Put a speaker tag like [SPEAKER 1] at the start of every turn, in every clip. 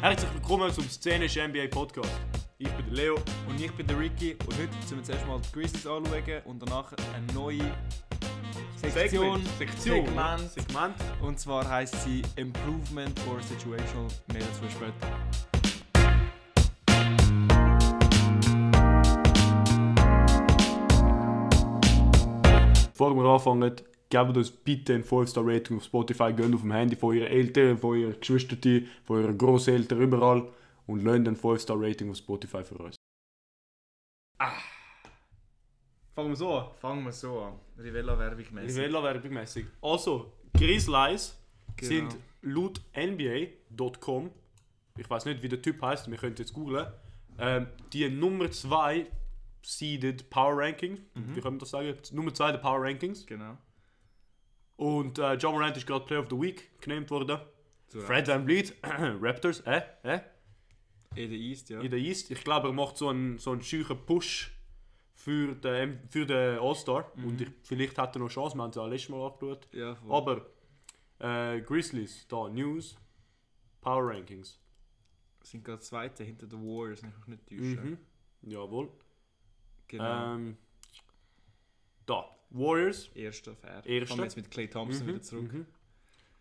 [SPEAKER 1] Herzlich willkommen zum Szenisch NBA Podcast. Ich bin der Leo.
[SPEAKER 2] Und ich bin der Ricky und heute müssen wir zuerst mal die Grizzlies anschauen und danach eine neue Sektion.
[SPEAKER 1] Segment. Sektion.
[SPEAKER 2] Segment.
[SPEAKER 1] Segment.
[SPEAKER 2] Und zwar heißt sie Improvement or Situational, mehr dazu später.
[SPEAKER 1] Bevor wir anfangen, gebt uns bitte ein 5-Star-Rating auf Spotify, geht auf dem Handy von euren Eltern, von euren Geschwistern, von euren Großeltern, überall und lernt ein 5-Star-Rating auf Spotify für uns.
[SPEAKER 2] Ah. Fangen wir so an. Fangen wir so an. Rivella-Werbung mäßig.
[SPEAKER 1] Rivella-werbungmäßig. Also, Grizzlies
[SPEAKER 2] Genau.
[SPEAKER 1] sind laut NBA.com, ich weiß nicht, wie der Typ heißt, wir können jetzt googlen, ähm, die Nummer 2 seeded Power Ranking, wie können wir das sagen? Nummer 2 der Power Rankings.
[SPEAKER 2] Genau.
[SPEAKER 1] Und äh, John Morant ist gerade Player of the Week genannt worden.
[SPEAKER 2] Zu
[SPEAKER 1] Fred Van Bleed, Raptors, äh, äh,
[SPEAKER 2] In der East, ja.
[SPEAKER 1] in der East. Ich glaube, er macht so einen, so einen scheuchen Push für den, für den All-Star. Und ich, vielleicht hat er noch Chance, wir haben es ja letztes Mal angeschaut.
[SPEAKER 2] ja voll.
[SPEAKER 1] Aber äh, Grizzlies, da, News, Power Rankings.
[SPEAKER 2] sind gerade Zweite hinter den Warriors, wenn ich mich nicht täusche.
[SPEAKER 1] Mhm. Jawohl.
[SPEAKER 2] Genau.
[SPEAKER 1] Ähm, da, Warriors.
[SPEAKER 2] Erster, Mhm. fair.
[SPEAKER 1] Erster.
[SPEAKER 2] Kommen wir jetzt mit Clay Thompson wieder zurück.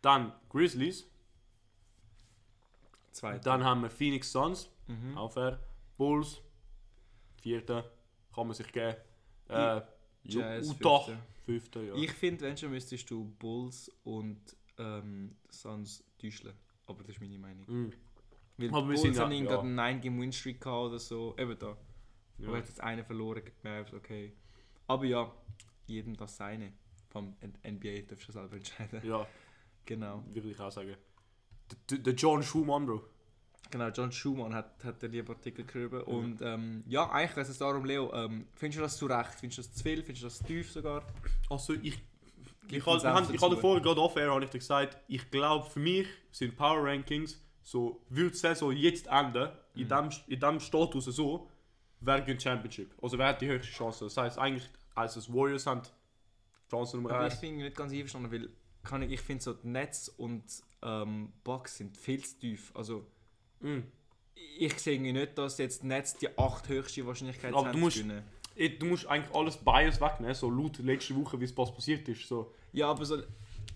[SPEAKER 1] Dann Grizzlies.
[SPEAKER 2] Zweiter. Mhm.
[SPEAKER 1] Dann haben wir Phoenix Suns, auch fair. Bulls, Vierter, kann man sich geben. Äh,
[SPEAKER 2] Jazz,
[SPEAKER 1] Utah,
[SPEAKER 2] Fünfter.
[SPEAKER 1] Fünfter, ja.
[SPEAKER 2] Ich finde, wenn schon müsstest du Bulls und ähm, Suns täuscheln. Aber das ist meine Meinung.
[SPEAKER 1] Mhm.
[SPEAKER 2] Weil
[SPEAKER 1] Aber wir
[SPEAKER 2] die Bulls
[SPEAKER 1] sind ja-
[SPEAKER 2] haben ja,
[SPEAKER 1] ja.
[SPEAKER 2] gerade einen 9-Game-Win-Streak gehabt oder so. Eben da.
[SPEAKER 1] Ja.
[SPEAKER 2] Aber hat jetzt einen verloren gegen die Mavs, okay. Aber ja, jedem das seine. Vom N- NBA darfst du selber entscheiden.
[SPEAKER 1] ja,
[SPEAKER 2] Genau.
[SPEAKER 1] würde ich auch sagen. Der- Der der John Schumann, Bro.
[SPEAKER 2] Genau, John Schumann hat, hat den lieben Artikel geschrieben. Und ähm, ja, eigentlich geht es darum, Leo, ähm, findest du das zu Recht? Findest du das zu viel? Findest du das zu tief sogar?
[SPEAKER 1] Also ich... Ich,
[SPEAKER 2] Gib
[SPEAKER 1] hab-
[SPEAKER 2] uns
[SPEAKER 1] wir haben-
[SPEAKER 2] Senf
[SPEAKER 1] ich habe
[SPEAKER 2] dazu.
[SPEAKER 1] vorher gerade off-air habe ich dir gesagt, ich glaube für mich sind Power Rankings so, würde die Saison jetzt enden, in dem, in dem Status so, wer gewinnt Championship. Also wer hat die höchste Chance. Das heisst eigentlich, als es Warriors haben, Chance Nummer
[SPEAKER 2] Aber
[SPEAKER 1] 1.
[SPEAKER 2] ich bin nicht ganz einverstanden, weil kann ich, ich finde so die Netz und ähm, Bugs sind viel zu tief. Also
[SPEAKER 1] Mm.
[SPEAKER 2] ich sehe irgendwie nicht, dass jetzt die Netz die acht höchste Wahrscheinlichkeit
[SPEAKER 1] Aber
[SPEAKER 2] haben
[SPEAKER 1] du musst-
[SPEAKER 2] zu gewinnen.
[SPEAKER 1] Ich- Du musst eigentlich alles Bias wegnehmen, so laut letzte Woche, wie es was passiert ist. So,
[SPEAKER 2] Ja, aber so,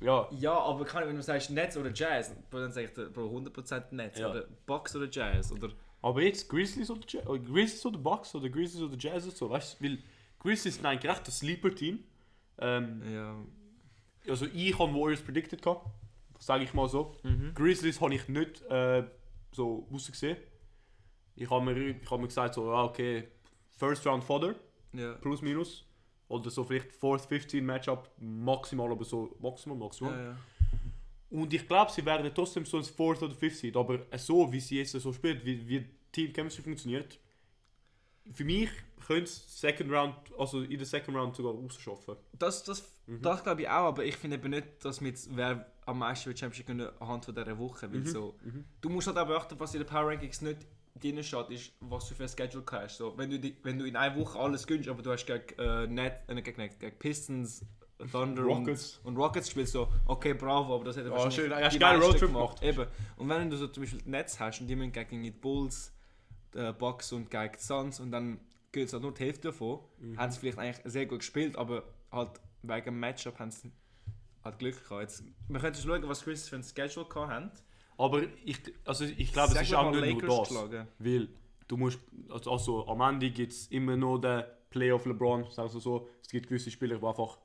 [SPEAKER 1] ja.
[SPEAKER 2] ja, aber kann ich, wenn du sagst Netz oder Jazz, dann sage ich dir, Bro 100% Netz
[SPEAKER 1] Ja.
[SPEAKER 2] oder Bugs oder Jazz oder
[SPEAKER 1] Aber jetzt Grizzlies oder, Ja- oder Grizzlies oder Bucks oder Grizzlies oder Jazz oder so, weißt du? Weil Grizzlies sind eigentlich recht ein Sleeper-Team. Ähm,
[SPEAKER 2] ja,
[SPEAKER 1] also ich habe Warriors predicted gehabt, sage ich mal so.
[SPEAKER 2] Mhm.
[SPEAKER 1] Grizzlies habe ich nicht äh, so rausgesehen. Ich habe mir, ich hab mir gesagt so, ah, okay, First Round Fodder,
[SPEAKER 2] ja.
[SPEAKER 1] plus minus. Oder so vielleicht Fourth 15 Matchup maximal, aber so maximal, maximal.
[SPEAKER 2] ja, ja.
[SPEAKER 1] Und ich glaube, sie werden trotzdem so ein Fourth oder Fifth Seed. Aber so, wie sie jetzt so spielt, wie, wie Team Chemistry funktioniert, für mich könnte es Second Round, also in der Second Round sogar rausschaffen.
[SPEAKER 2] Das, das, das glaube ich auch, aber ich finde eben nicht, dass wir jetzt, wer am meisten wird Championship gewinnen anhand von dieser Woche, weil so, du musst halt auch beachten, was in den Power Rankings nicht drin steht, ist, was du für ein Schedule hast. So, wenn, du die, wenn du in einer Woche alles gönnst, aber du hast gegen, äh, Net, äh, nicht gegen, Net, gegen Pistons, Thunder
[SPEAKER 1] Rockets.
[SPEAKER 2] Und, und Rockets gespielt, so, okay, bravo, aber das hätte
[SPEAKER 1] schön, hast
[SPEAKER 2] die
[SPEAKER 1] geil
[SPEAKER 2] meisten
[SPEAKER 1] Roadtrip
[SPEAKER 2] Eben. Und wenn du so zum Beispiel die Nets hast und die müssen gegen die Bulls, die Bucks und gegen die Suns und dann geht es halt nur die Hälfte davon, haben sie vielleicht eigentlich sehr gut gespielt, aber halt wegen dem Matchup haben sie halt Glück gehabt. Jetzt, wir könnten schauen, was Chris für ein Schedule gehabt haben.
[SPEAKER 1] Aber ich, also ich glaube, es
[SPEAKER 2] Sag
[SPEAKER 1] ist
[SPEAKER 2] mir
[SPEAKER 1] auch
[SPEAKER 2] mal
[SPEAKER 1] nicht nur
[SPEAKER 2] Lakers
[SPEAKER 1] das.
[SPEAKER 2] geschlagen.
[SPEAKER 1] Weil du musst, also, also am Ende gibt es immer noch den Playoff LeBron, sagen wir so. Es gibt gewisse Spieler, die einfach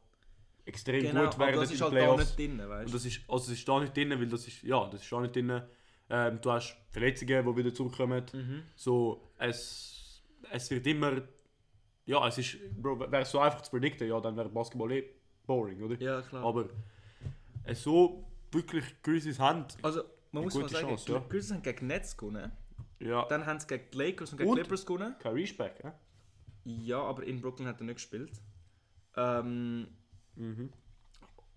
[SPEAKER 1] extrem gut
[SPEAKER 2] aber
[SPEAKER 1] werden
[SPEAKER 2] das
[SPEAKER 1] in
[SPEAKER 2] ist
[SPEAKER 1] den
[SPEAKER 2] halt da
[SPEAKER 1] Playoffs.
[SPEAKER 2] nicht drin, weißt
[SPEAKER 1] Und
[SPEAKER 2] du?
[SPEAKER 1] das ist, also es ist da nicht drin, weil das ist, ja, das ist da nicht drin. Ähm, du hast Verletzungen, die wieder zurückkommen.
[SPEAKER 2] Mhm.
[SPEAKER 1] So, es, es wird immer, ja, es ist, Bro, wäre es so einfach zu predikten, ja, dann wäre Basketball eh boring, oder?
[SPEAKER 2] Ja, klar.
[SPEAKER 1] Aber äh, so wirklich Grizzlies Hand,
[SPEAKER 2] also, man muss
[SPEAKER 1] gute
[SPEAKER 2] mal sagen,
[SPEAKER 1] Chance,
[SPEAKER 2] die
[SPEAKER 1] ja.
[SPEAKER 2] Grizzlies haben gegen die Nets gewonnen,
[SPEAKER 1] ja,
[SPEAKER 2] dann haben sie gegen die Lakers und gegen
[SPEAKER 1] Und?
[SPEAKER 2] die Clippers gewonnen.
[SPEAKER 1] kein Respect, eh?
[SPEAKER 2] Ja, aber in Brooklyn hat er nicht gespielt. Ähm,
[SPEAKER 1] Mhm.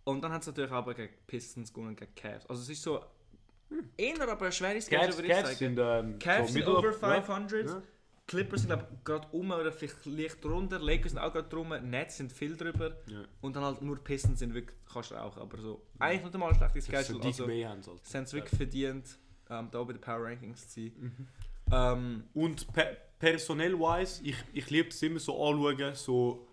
[SPEAKER 2] Und dann hat es natürlich aber gegen Pistons gewonnen und gegen Cavs. Also es ist so eher aber ein schweres Schedule,
[SPEAKER 1] Hm. Cavs,
[SPEAKER 2] würde ich
[SPEAKER 1] Cavs
[SPEAKER 2] sagen.
[SPEAKER 1] sind ähm,
[SPEAKER 2] Cavs
[SPEAKER 1] so
[SPEAKER 2] sind
[SPEAKER 1] middle
[SPEAKER 2] over
[SPEAKER 1] of- ja.
[SPEAKER 2] 500,
[SPEAKER 1] Ja.
[SPEAKER 2] Clippers sind aber gerade um oder vielleicht leicht drunter, Lakers sind auch gerade drunter, Nets sind viel drüber
[SPEAKER 1] Ja.
[SPEAKER 2] und dann halt nur Pistons sind wirklich, kannst du auch, aber so, eigentlich nicht einmal ein schlechtes
[SPEAKER 1] Das
[SPEAKER 2] Schedule,
[SPEAKER 1] ist also,
[SPEAKER 2] also
[SPEAKER 1] mehr haben sollte.
[SPEAKER 2] sie haben es wirklich verdient, ähm, da bei den Power Rankings zu sein.
[SPEAKER 1] Mhm.
[SPEAKER 2] Ähm,
[SPEAKER 1] Und pe personell-wise, ich, ich liebe es immer so anschauen, so,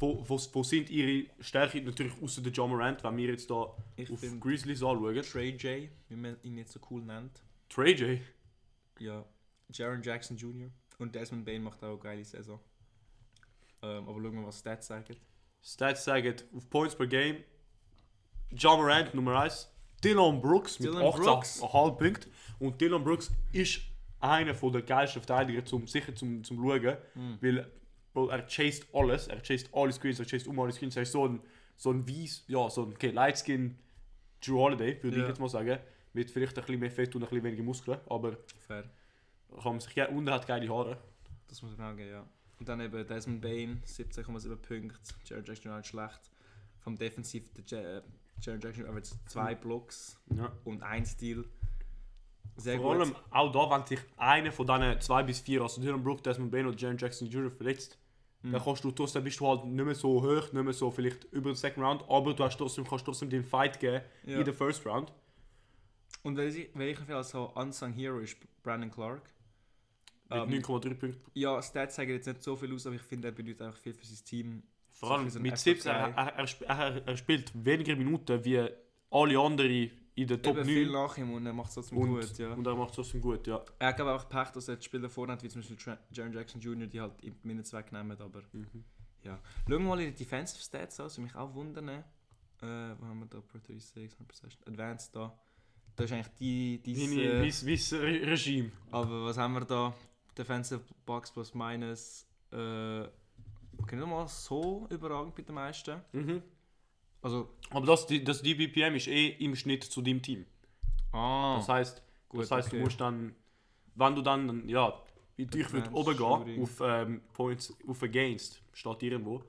[SPEAKER 1] wo, wo, wo sind ihre Stärken, natürlich außer der John Morant, wenn wir jetzt da
[SPEAKER 2] ich
[SPEAKER 1] auf
[SPEAKER 2] finde
[SPEAKER 1] Grizzlies anschauen.
[SPEAKER 2] Trey J, wie man ihn jetzt so cool nennt,
[SPEAKER 1] Trey J.
[SPEAKER 2] ja, Jaron Jackson Jr. und Desmond Bain macht auch eine geile Saison. Ähm, aber schauen wir, was Stats sagen.
[SPEAKER 1] Stats sagen, auf Points per Game, John Morant Nummer 1, Dylan Brooks mit
[SPEAKER 2] Dylan Brooks.
[SPEAKER 1] 18,5 Punkten. Und Dylan Brooks ist einer von der geilsten Verteidiger, zum, sicher zum, zum Schauen,
[SPEAKER 2] Hm.
[SPEAKER 1] weil Bro, er chased alles, er chased alle Screens, er chased um alle Screens, er ist so ein, so ein weiss, ja, so ein okay, Lightskin Drew Holiday, würde
[SPEAKER 2] Ja.
[SPEAKER 1] ich jetzt mal sagen, mit vielleicht ein bisschen mehr Fett und ein bisschen weniger Muskeln, aber
[SPEAKER 2] Fair.
[SPEAKER 1] kann man sich, ja, und er hat geile Haare.
[SPEAKER 2] Das muss man sagen, ja. Und dann eben Desmond Bain, 17,7 Punkte. Jared Jackson auch nicht schlecht. Vom Defensiv, der Ja- Jared Jackson hat jetzt zwei Blocks
[SPEAKER 1] Ja.
[SPEAKER 2] und ein Steal. Sehr
[SPEAKER 1] Vor allem
[SPEAKER 2] gut.
[SPEAKER 1] auch da, wenn sich einer von diesen zwei bis vier, also Dylan Brooks, Desmond Bain und Jaron Jackson Jr. verletzt, dann kannst du trotzdem, bist du halt nicht mehr so hoch, nicht mehr so vielleicht über den Second Round, aber du hast trotzdem, kannst trotzdem den Fight geben
[SPEAKER 2] Ja.
[SPEAKER 1] in der First Round.
[SPEAKER 2] Und welche- welcher vielleicht so Unsung Hero ist Brandon Clark.
[SPEAKER 1] Mit
[SPEAKER 2] Ähm,
[SPEAKER 1] 9,3 Punkten.
[SPEAKER 2] Ja, Stats sagen jetzt nicht so viel aus, aber ich finde, er bedeutet auch viel für sein Team.
[SPEAKER 1] Vor allem
[SPEAKER 2] sicher so ein
[SPEAKER 1] mit
[SPEAKER 2] effort
[SPEAKER 1] 17,
[SPEAKER 2] guy.
[SPEAKER 1] er, er, er, sp- er, er spielt weniger Minuten wie alle anderen in der Top
[SPEAKER 2] Eben viel
[SPEAKER 1] 9.
[SPEAKER 2] nach ihm und er macht es trotzdem
[SPEAKER 1] Und,
[SPEAKER 2] gut, ja.
[SPEAKER 1] und er macht es trotzdem gut, ja.
[SPEAKER 2] Er hat aber auch Pech, dass er die Spieler vorne hat, wie zum Beispiel Tra- Jaron Jackson Jr., die halt im Minutes wegnehmen, aber ja. Schauen wir mal in die Defensive Stats an, also mich auch wundern. Äh, wo haben wir da? Pro 36, 100 Possession, Advanced da. Das ist eigentlich die,
[SPEAKER 1] Meine, mein,
[SPEAKER 2] diese...
[SPEAKER 1] mein Re- Regime.
[SPEAKER 2] Aber was haben wir da? Defensive Box plus Minus. Äh, okay, nicht mal so überragend bei den meisten.
[SPEAKER 1] Mhm.
[SPEAKER 2] Also,
[SPEAKER 1] Aber das, das DBPM ist eh im Schnitt zu deinem Team.
[SPEAKER 2] ah,
[SPEAKER 1] Das heißt,
[SPEAKER 2] Gut,
[SPEAKER 1] das heißt
[SPEAKER 2] okay.
[SPEAKER 1] du musst dann, wenn du dann, dann ja, ich ich würde
[SPEAKER 2] Advanced
[SPEAKER 1] oben gehen
[SPEAKER 2] Shooting.
[SPEAKER 1] auf ähm, Points, auf Against, steht irgendwo,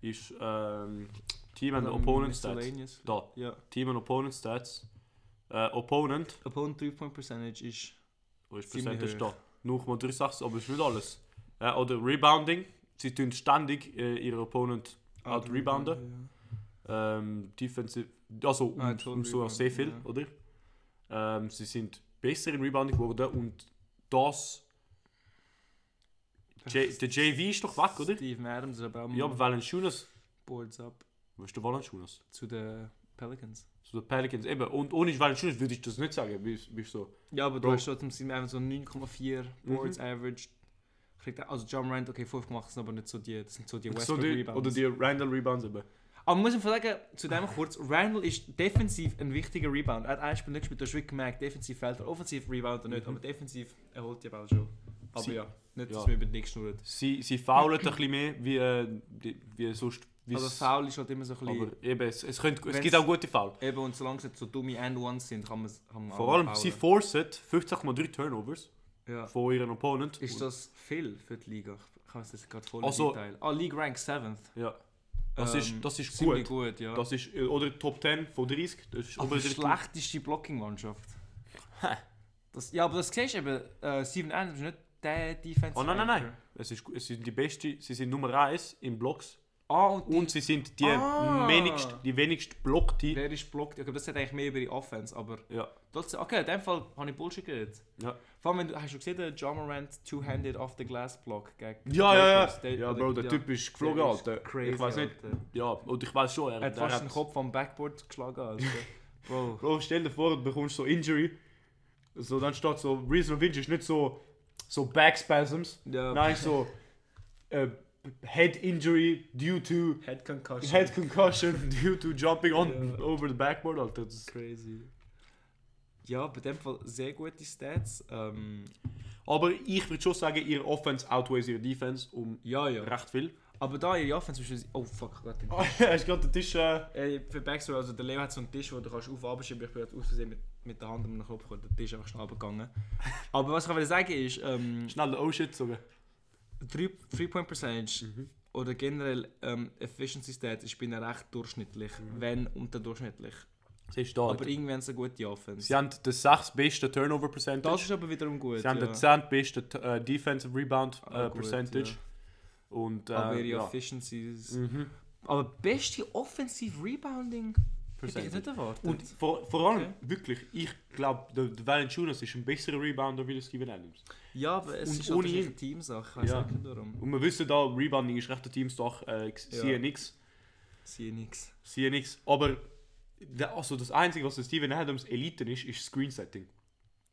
[SPEAKER 1] ist ähm, Team and
[SPEAKER 2] dann
[SPEAKER 1] Opponent Stats.
[SPEAKER 2] miscellaneous.
[SPEAKER 1] Da,
[SPEAKER 2] Ja.
[SPEAKER 1] Team and Opponent Stats. Äh, Opponent,
[SPEAKER 2] Opponent 3-Point Percentage ist
[SPEAKER 1] wo ist
[SPEAKER 2] Ziemlich
[SPEAKER 1] Percentage
[SPEAKER 2] hoch.
[SPEAKER 1] da? 0,36, aber ist nicht alles. Äh, oder Rebounding, sie tun ständig äh, ihre Opponent out rebounden.
[SPEAKER 2] Ja.
[SPEAKER 1] Ähm, defensive, also um,
[SPEAKER 2] Ah,
[SPEAKER 1] um
[SPEAKER 2] Total
[SPEAKER 1] so
[SPEAKER 2] Rebound,
[SPEAKER 1] sehr viel,
[SPEAKER 2] ja.
[SPEAKER 1] oder? Ähm, sie sind besser im Rebounding geworden und das. J, der JV ist doch weg, oder?
[SPEAKER 2] Steve Adams ist aber auch
[SPEAKER 1] Ja, aber Valanciunas.
[SPEAKER 2] Boards up
[SPEAKER 1] Wo ist der Valanciunas?
[SPEAKER 2] zu den Pelicans.
[SPEAKER 1] So der Pelicans, eben. Und ohne Valanciunas würde ich das nicht sagen. Bist, bist so.
[SPEAKER 2] Ja, aber
[SPEAKER 1] Bro. Mhm.
[SPEAKER 2] du hast trotzdem sind einfach so 9,4 Boards average. Kriegt er- Also John Rand, okay, 5 gemacht sind aber nicht so die, das sind so die Western
[SPEAKER 1] so die,
[SPEAKER 2] Rebounds.
[SPEAKER 1] oder die Randall Rebounds eben.
[SPEAKER 2] aber man muss ihm sagen, zu dem kurz, Randall ist defensiv ein wichtiger Rebound. Er hat ein Spiel nicht gespielt, du hast wirklich gemerkt, defensiv fällt er, offensiv Rebound er nicht,
[SPEAKER 1] Mhm.
[SPEAKER 2] aber defensiv erholt die Ball schon. Aber
[SPEAKER 1] Sie-
[SPEAKER 2] ja, nicht, dass
[SPEAKER 1] ja.
[SPEAKER 2] wir über den schnurren.
[SPEAKER 1] Sie, sie faulen ein bisschen mehr, wie, äh, die, wie sonst. Wie
[SPEAKER 2] Also
[SPEAKER 1] es-
[SPEAKER 2] Foul ist halt immer so ein bisschen...
[SPEAKER 1] aber eben, es, es, könnte, es
[SPEAKER 2] Wenn's-
[SPEAKER 1] gibt auch gute Foul.
[SPEAKER 2] Eben, und solange es nicht so dumme End-Ones sind, kann man es kann man
[SPEAKER 1] Vor
[SPEAKER 2] auch
[SPEAKER 1] allem,
[SPEAKER 2] foulen.
[SPEAKER 1] sie forcen 15,3 Turnovers
[SPEAKER 2] Ja.
[SPEAKER 1] von ihren Opponent.
[SPEAKER 2] Ist das viel für die Liga? Ich kann es jetzt gerade voll
[SPEAKER 1] Also-
[SPEAKER 2] im Detail. Ah, League Rank 7th.
[SPEAKER 1] Ja. Das
[SPEAKER 2] Ähm,
[SPEAKER 1] ist, das ist
[SPEAKER 2] Ziemlich
[SPEAKER 1] gut.
[SPEAKER 2] gut, ja.
[SPEAKER 1] Das ist, äh, oder Top 10 von 30. Das ist
[SPEAKER 2] aber
[SPEAKER 1] obere
[SPEAKER 2] die
[SPEAKER 1] Drittel.
[SPEAKER 2] schlechteste Blocking-Mannschaft. Das, ja, aber das siehst du eben, äh, Steven Adams ist nicht der defensive
[SPEAKER 1] Oh nein, nein, nein.
[SPEAKER 2] Anchor.
[SPEAKER 1] Es, ist, es sind die beste, sie sind Nummer 1 in Blocks.
[SPEAKER 2] Ah, und
[SPEAKER 1] Und sie sind die
[SPEAKER 2] Ah.
[SPEAKER 1] wenigst, die wenigst blockte.
[SPEAKER 2] der ist blockt. Okay, das sagt eigentlich mehr über die Offense, aber
[SPEAKER 1] Ja.
[SPEAKER 2] trotzdem, okay, in dem Fall habe ich Bullshit geredet.
[SPEAKER 1] Ja.
[SPEAKER 2] Vor allem, wenn du, hast du gesehen, der John Morant two-handed off the glass block gegen
[SPEAKER 1] Ja, ja,
[SPEAKER 2] Lakers?
[SPEAKER 1] ja.
[SPEAKER 2] Der-
[SPEAKER 1] Ja,
[SPEAKER 2] oder-
[SPEAKER 1] Bro, der
[SPEAKER 2] ja.
[SPEAKER 1] Typ ist geflogen,
[SPEAKER 2] Der ist
[SPEAKER 1] Alter. ich
[SPEAKER 2] crazy,
[SPEAKER 1] weiß nicht.
[SPEAKER 2] Alter.
[SPEAKER 1] Ja, und ich weiß schon, er,
[SPEAKER 2] Er hat
[SPEAKER 1] er
[SPEAKER 2] fast den Kopf vom Backboard geschlagen, Alter. Bro.
[SPEAKER 1] Bro, stell dir vor, du bekommst so Injury. So, dann steht so, Reason of Injury ist nicht so, so Backspasms.
[SPEAKER 2] Ja.
[SPEAKER 1] Nein, so äh, Head Injury due to
[SPEAKER 2] Head Concussion.
[SPEAKER 1] head concussion due to jumping on
[SPEAKER 2] Ja.
[SPEAKER 1] over the backboard. Alter, das ist
[SPEAKER 2] Crazy. Ja, bei dem Fall sehr gute Stats. Ähm,
[SPEAKER 1] Aber ich würde schon sagen, ihre Offense outweighs ihre Defense um
[SPEAKER 2] ja, ja.
[SPEAKER 1] recht viel.
[SPEAKER 2] Aber da ihre Offense ist Oh fuck, Gott.
[SPEAKER 1] Oh, hast gerade den Tisch. Äh,
[SPEAKER 2] Ey, für Backstory, also der Leo hat so einen Tisch, wo du kannst aufabschieben Ich bin gerade aus Versehen mit, mit der Hand um den Kopf gekommen. Der Tisch ist einfach schnell abgegangen. Aber was ich wollte sagen ist, ähm,
[SPEAKER 1] schnell den Oh shit sogar.
[SPEAKER 2] 3-Point-Percentage
[SPEAKER 1] Mhm.
[SPEAKER 2] oder
[SPEAKER 1] Mhm.
[SPEAKER 2] generell ähm, Efficiency Stats ist bei ihnen recht durchschnittlich, wenn unterdurchschnittlich.
[SPEAKER 1] Sie ist da.
[SPEAKER 2] Aber irgendwie haben sie eine gute Offense.
[SPEAKER 1] Sie haben das 6. beste Turnover
[SPEAKER 2] das
[SPEAKER 1] Percentage.
[SPEAKER 2] ist aber wiederum gut.
[SPEAKER 1] Sie haben
[SPEAKER 2] ja.
[SPEAKER 1] den 10. besten äh, Defensive Rebound äh,
[SPEAKER 2] Ah, gut,
[SPEAKER 1] Percentage.
[SPEAKER 2] ja.
[SPEAKER 1] Und äh,
[SPEAKER 2] aber ihre
[SPEAKER 1] ja.
[SPEAKER 2] Efficiencies.
[SPEAKER 1] Mhm.
[SPEAKER 2] Aber beste Offensive Rebounding hätte ich
[SPEAKER 1] Percentage.
[SPEAKER 2] jetzt nicht erwartet.
[SPEAKER 1] Und vor, vor allem,
[SPEAKER 2] Okay.
[SPEAKER 1] wirklich, ich glaube, der, der Valanciunas ist ein besserer Rebounder wie der Steven Adams.
[SPEAKER 2] ja, aber es
[SPEAKER 1] und
[SPEAKER 2] ist
[SPEAKER 1] ohne
[SPEAKER 2] natürlich
[SPEAKER 1] ihn-
[SPEAKER 2] eine Teamsache. Ich
[SPEAKER 1] Ja.
[SPEAKER 2] weiß nicht warum.
[SPEAKER 1] Und wir wissen da, Rebounding ist recht ein Teamstock, äh,
[SPEAKER 2] Ja.
[SPEAKER 1] sehe nichts,
[SPEAKER 2] Sehe nichts.
[SPEAKER 1] sehe nichts. Aber der, also das Einzige, was der Steven Adams Elite ist, ist Screensetting.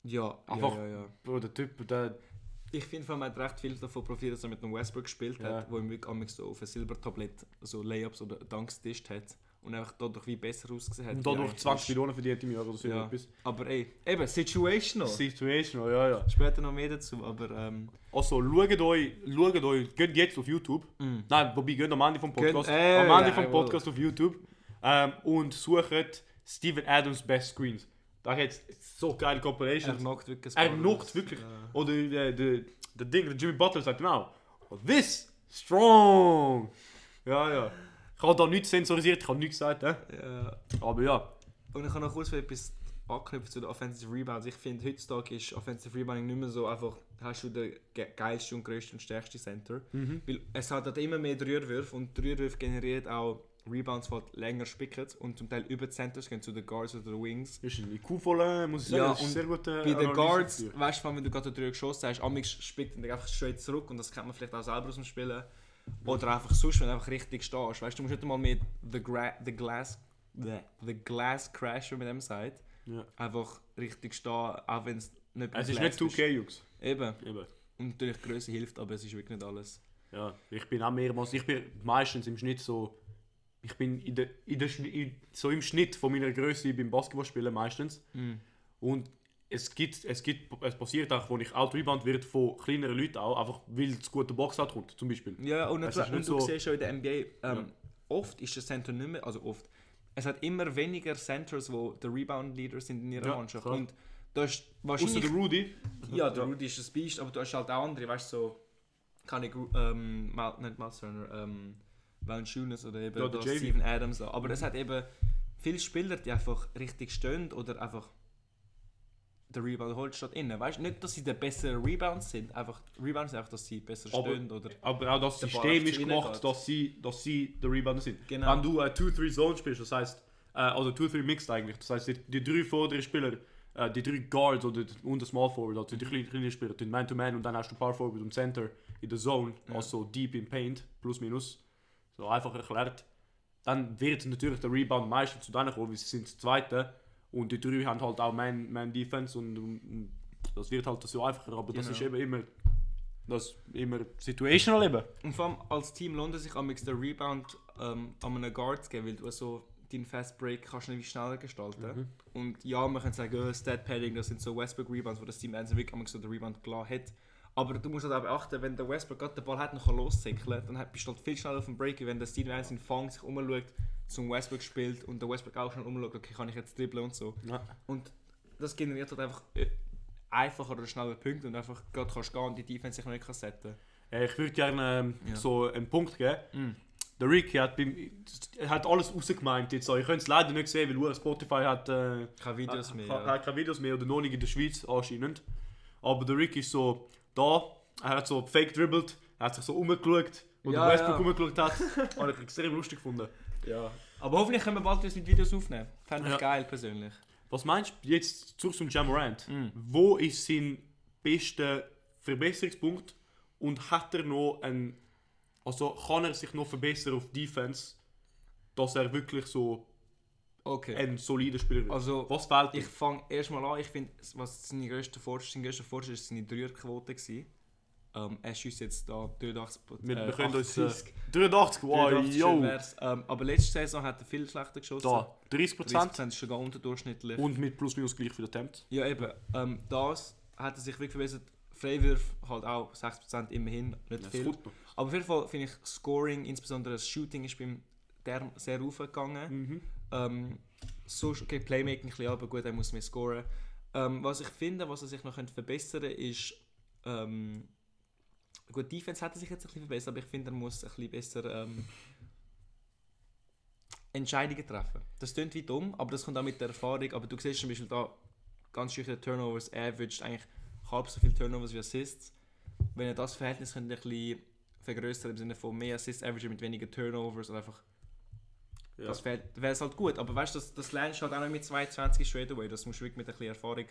[SPEAKER 2] Ja,
[SPEAKER 1] Einfach-
[SPEAKER 2] ja, ja, ja.
[SPEAKER 1] Bro, der Typ, der...
[SPEAKER 2] Ich finde, vor allem, er hat recht viel davon profitiert, dass er mit einem Westbrook gespielt
[SPEAKER 1] Ja.
[SPEAKER 2] hat, wo ihm wirklich am so auf ein Silbertablett so Layups oder Dunks getischt hat und einfach dadurch wie besser ausgesehen hat.
[SPEAKER 1] Und
[SPEAKER 2] wie
[SPEAKER 1] dadurch
[SPEAKER 2] eigentlich
[SPEAKER 1] 20
[SPEAKER 2] ist.
[SPEAKER 1] Millionen verdient im Jahr oder so
[SPEAKER 2] Ja.
[SPEAKER 1] etwas.
[SPEAKER 2] Aber ey, eben, situational.
[SPEAKER 1] Situational, ja, ja.
[SPEAKER 2] Später noch mehr dazu, aber ähm,
[SPEAKER 1] Also, schaut euch, schaut euch, geht jetzt auf YouTube.
[SPEAKER 2] Mhm.
[SPEAKER 1] Nein, wobei, geht am Ende vom
[SPEAKER 2] Geht-
[SPEAKER 1] Podcast.
[SPEAKER 2] äh,
[SPEAKER 1] am Ende
[SPEAKER 2] nein,
[SPEAKER 1] vom Podcast auf YouTube. Ähm, und sucht Steven Adams Best Screens. Da hat so geile
[SPEAKER 2] er
[SPEAKER 1] Compilations.
[SPEAKER 2] knockt wirklich ein
[SPEAKER 1] Er
[SPEAKER 2] paar
[SPEAKER 1] knockt
[SPEAKER 2] aus.
[SPEAKER 1] wirklich.
[SPEAKER 2] Ja.
[SPEAKER 1] Oder äh, der, der, der Ding, der Jimmy Butler sagt genau. This strong. Ja, ja. Ich habe da nichts sensorisiert, ich habe nichts gesagt. Hè?
[SPEAKER 2] Ja.
[SPEAKER 1] Aber ja.
[SPEAKER 2] Und ich kann noch kurz etwas anknüpfen zu den Offensive Rebounds. Ich finde, heutzutage ist Offensive Rebounding nicht mehr so einfach, hast du den ge geilsten und grössten und stärksten Center. Weil es hat halt immer mehr Dreierwürfe und Dreierwürfe generiert auch Rebounds, die halt länger spicken und zum Teil über die Centers gehen zu den Guards oder Wings.
[SPEAKER 1] Das ist ein IQ voll, muss ich sagen.
[SPEAKER 2] Ja,
[SPEAKER 1] das ist
[SPEAKER 2] und
[SPEAKER 1] sehr gut. Äh,
[SPEAKER 2] Bei den
[SPEAKER 1] Analyse
[SPEAKER 2] Guards,
[SPEAKER 1] dafür.
[SPEAKER 2] weißt du, vor allem, wenn du gerade drüber geschossen hast, amix spickt dann einfach straight zurück und das kennt man vielleicht auch selber aus dem Spielen. Oder einfach sonst, wenn du einfach richtig stehst. Weißt du, du musst nicht mal mit The, gra the Glass. bleh, The Glass Crash, wie man dem sagt.
[SPEAKER 1] Ja.
[SPEAKER 2] Einfach richtig stehen, auch wenn es nicht
[SPEAKER 1] Es
[SPEAKER 2] mit
[SPEAKER 1] ist
[SPEAKER 2] Glass
[SPEAKER 1] nicht 2K, Jungs.
[SPEAKER 2] Eben.
[SPEAKER 1] Eben.
[SPEAKER 2] Und natürlich Größe hilft, aber es ist wirklich nicht alles.
[SPEAKER 1] Ja, ich bin auch mehrmals, ich bin meistens im Schnitt so, ich bin in der, in der, Schni- in, so im Schnitt von meiner Größe beim Basketballspielen meistens.
[SPEAKER 2] Mhm.
[SPEAKER 1] Und es gibt, es gibt, es passiert auch, wo ich out rebound wird von kleineren Leuten auch, einfach weil es gute Boxout kommt, zum Beispiel.
[SPEAKER 2] Ja, und,
[SPEAKER 1] Es
[SPEAKER 2] natürlich-
[SPEAKER 1] ist nicht
[SPEAKER 2] und du
[SPEAKER 1] so-
[SPEAKER 2] siehst schon in der NBA, ähm, oft ist der Center nicht mehr, also oft, es hat immer weniger Centers, die der Rebound-Leader sind in ihrer
[SPEAKER 1] Ja,
[SPEAKER 2] Mannschaft.
[SPEAKER 1] klar.
[SPEAKER 2] Und da ist
[SPEAKER 1] Außer
[SPEAKER 2] wahrscheinlich
[SPEAKER 1] der Rudy.
[SPEAKER 2] Ja, der Rudy ist ein Beast, aber du hast halt auch andere, weißt du, so, kann ich, ähm, Mal, nicht Miles Turner, ähm, Valanciunas oder eben
[SPEAKER 1] Ja, der
[SPEAKER 2] da
[SPEAKER 1] JV.
[SPEAKER 2] Steven Adams an. Aber es hat eben viele Spieler, die einfach richtig stehen oder einfach der Rebound holt statt innen. Weißt du, nicht, dass sie der bessere Rebound sind, einfach Rebound sind einfach, dass sie besser
[SPEAKER 1] Aber-
[SPEAKER 2] stehen oder...
[SPEAKER 1] Aber auch das
[SPEAKER 2] Der
[SPEAKER 1] System
[SPEAKER 2] Ball einfach
[SPEAKER 1] ist
[SPEAKER 2] zu ihnen
[SPEAKER 1] gemacht,
[SPEAKER 2] geht.
[SPEAKER 1] dass sie, dass sie der Rebounder sind.
[SPEAKER 2] Genau.
[SPEAKER 1] Wenn du äh, 2-3 Zone spielst, das heißt, äh, also 2-3 Mixed eigentlich, das heißt, die, die drei vorderen Spieler, äh, die drei Guards oder die- und der Small Forward, also die kleinen, kleinen Spieler, den Man-to-Man und dann hast du Power Forward und Center in der Zone, also deep in Paint, plus minus, so einfach erklärt, dann wird natürlich der Rebound meistens zu denen kommen, weil sie sind die Zweite und die drei haben halt auch Man- Man-Defense und, und das wird halt so einfacher, aber das
[SPEAKER 2] Genau.
[SPEAKER 1] ist eben immer das ist immer situational eben.
[SPEAKER 2] Und vor allem als Team lohnt es sich am den Rebound ähm, an einen Guard zu geben, weil du so deinen Fast Break kannst du nicht schneller gestalten. Und ja, man kann sagen, oh, Stat Padding, das sind so Westbrook Rebounds, wo das Team eins wirklich am so den Rebound klar hat. Aber du musst halt auch beachten, wenn der Westbrook gerade den Ball hat und kann loszickeln, dann bist du halt viel schneller auf dem Break, wie wenn das Team eins in Fang sich umschaut, zum Westbrook spielt und der Westbrook auch schon umschaut, okay, kann ich jetzt dribbeln und so.
[SPEAKER 1] Ja.
[SPEAKER 2] Und das generiert halt einfach äh, einfacher oder schneller Punkte und einfach gerade kannst du gehen und die Defense sich noch nicht kann setten.
[SPEAKER 1] Äh, Ich würde gerne ähm,
[SPEAKER 2] Ja.
[SPEAKER 1] so einen Punkt geben. Der Ricky hat, beim, er hat alles rausgemeint jetzt. so. Ich könnte es leider nicht sehen, weil Uhr Spotify hat, äh,
[SPEAKER 2] Keine Videos mehr.
[SPEAKER 1] hat,
[SPEAKER 2] ja.
[SPEAKER 1] hat keine Videos mehr oder noch nicht in der Schweiz anscheinend. Aber der Ricky ist so da, er hat so fake dribbled, er hat sich so umgeschaut, wo
[SPEAKER 2] Ja,
[SPEAKER 1] der Westbrook
[SPEAKER 2] ja.
[SPEAKER 1] umgeschaut hat. Habe ich extrem lustig gefunden.
[SPEAKER 2] Ja. Aber hoffentlich können wir bald wieder mit Videos aufnehmen. Fände ich
[SPEAKER 1] Ja.
[SPEAKER 2] geil persönlich.
[SPEAKER 1] Was meinst du jetzt zurück zum Jamorant?
[SPEAKER 2] Mm.
[SPEAKER 1] Wo ist sein bester Verbesserungspunkt und hat er noch einen, also kann er sich noch verbessern auf Defense, dass er wirklich so
[SPEAKER 2] Okay.
[SPEAKER 1] ein solider Spieler wird?
[SPEAKER 2] Also,
[SPEAKER 1] was fehlt
[SPEAKER 2] ich
[SPEAKER 1] ihm?
[SPEAKER 2] fange erstmal an. Ich finde, was seine grösste Fortschritt, sein grösster Fortschritt ist seine Dreierquote. gewesen. Ähm, er schießt jetzt da 83
[SPEAKER 1] Wir,
[SPEAKER 2] äh,
[SPEAKER 1] wir können uns äh,
[SPEAKER 2] 80,
[SPEAKER 1] 83, wow,
[SPEAKER 2] 83 schön
[SPEAKER 1] yo,
[SPEAKER 2] wär's. ähm, Aber letzte Saison hat er viel schlechter geschossen.
[SPEAKER 1] da 30 Prozent
[SPEAKER 2] 30% ist schon gar unterdurchschnittlich.
[SPEAKER 1] und mit plus minus gleich viel Attempt.
[SPEAKER 2] Ja, eben. Ähm, das hat er sich wirklich verbessert. Freiwürfe halt auch 6% immerhin, nicht
[SPEAKER 1] Das
[SPEAKER 2] viel.
[SPEAKER 1] kommt noch.
[SPEAKER 2] Aber auf jeden Fall finde ich Scoring, insbesondere das Shooting, ist beim Term sehr raufgegangen.
[SPEAKER 1] Mhm.
[SPEAKER 2] Ähm, so okay, Playmaking ein bisschen, aber gut, er muss mehr scoren. Ähm, was ich finde, was er sich noch könnte verbessern könnte, ist. Ähm, gut, Defense hat er sich jetzt ein bisschen verbessert, aber ich finde, er muss ein bisschen besser. Ähm, Entscheidungen treffen. Das klingt wie dumm, aber das kommt auch mit der Erfahrung. Aber du siehst zum Beispiel da ganz sicher Turnovers averaged eigentlich halb so viele Turnovers wie Assists. Wenn ihr das Verhältnis könnt, ein bisschen vergrößern im Sinne von mehr Assists average mit weniger Turnovers oder einfach
[SPEAKER 1] Ja.
[SPEAKER 2] das wäre es halt gut. Aber weißt du, das, das lernst du halt auch noch mit 22 straight away. Das musst du wirklich mit ein bisschen Erfahrung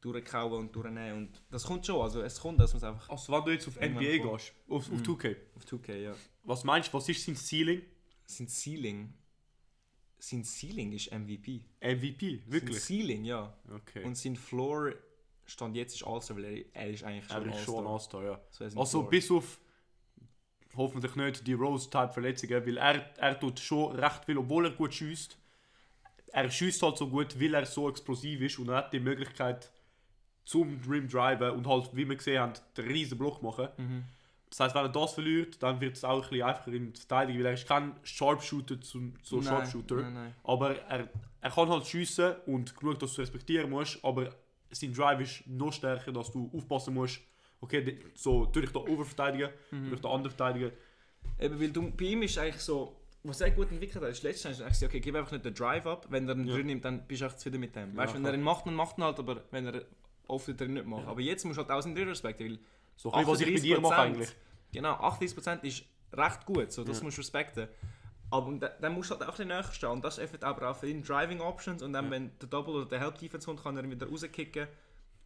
[SPEAKER 2] durchkauen und durchnehmen. Und das kommt schon. Also es kommt, dass man es einfach
[SPEAKER 1] Also wenn du jetzt auf
[SPEAKER 2] Irgendwann
[SPEAKER 1] NBA
[SPEAKER 2] kommt-
[SPEAKER 1] gehst, auf, auf 2K,
[SPEAKER 2] auf 2K, ja.
[SPEAKER 1] was meinst du, was ist sein Ceiling?
[SPEAKER 2] Sein Ceiling. Sein Ceiling ist MVP.
[SPEAKER 1] MVP,
[SPEAKER 2] Sein
[SPEAKER 1] wirklich?
[SPEAKER 2] Ceiling, ja.
[SPEAKER 1] Okay.
[SPEAKER 2] Und sein Floor stand jetzt ist All-Star, weil er, er ist eigentlich
[SPEAKER 1] er
[SPEAKER 2] schon
[SPEAKER 1] ist schon ein
[SPEAKER 2] All-Star.
[SPEAKER 1] All-Star, ja.
[SPEAKER 2] So, er ist ein
[SPEAKER 1] Also
[SPEAKER 2] Floor.
[SPEAKER 1] bis auf hoffentlich nicht die Rose-Type-Verletzungen, weil er, er tut schon recht viel, obwohl er gut schießt. Er schießt halt so gut, weil er so explosiv ist und er hat die Möglichkeit zum Dream driven und halt, wie wir gesehen haben, den riesen Block machen.
[SPEAKER 2] Mhm.
[SPEAKER 1] Das heißt, wenn er das verliert, dann wird es auch ein bisschen einfacher im Verteidigen, weil er ist kein Sharpshooter zum, zum
[SPEAKER 2] Nein,
[SPEAKER 1] Sharpshooter.
[SPEAKER 2] Nein, nein.
[SPEAKER 1] Aber er, er kann halt schiessen und genug, dass du respektieren musst, aber sein Drive ist noch stärker, dass du aufpassen musst. Okay, de- so durch den Oververteidiger,
[SPEAKER 2] Mhm.
[SPEAKER 1] durch den anderen Verteidiger.
[SPEAKER 2] Eben, weil du, bei ihm ist eigentlich so, was er gut entwickelt hat, ist letztens eigentlich so, okay, gib einfach nicht den Drive ab, wenn er ihn
[SPEAKER 1] Ja.
[SPEAKER 2] drin nimmt, dann bist du echt zufrieden mit dem. Weißt du, wenn
[SPEAKER 1] klar.
[SPEAKER 2] er ihn macht, dann macht er ihn halt, aber wenn er oft drin nicht macht. Aber jetzt musst du halt auch seinen Drin respektieren, weil
[SPEAKER 1] So ein bisschen, was ich bei dir mache
[SPEAKER 2] 38%
[SPEAKER 1] eigentlich.
[SPEAKER 2] Genau, 38% ist recht gut, so, das
[SPEAKER 1] Ja.
[SPEAKER 2] musst du respekten. Aber und da- dann musst du halt auch ein bisschen näher stehen und das öffnet aber auch für ihn Driving Options und dann,
[SPEAKER 1] Ja.
[SPEAKER 2] wenn der Double oder der Help Defense kommt, kann er ihn wieder rauskicken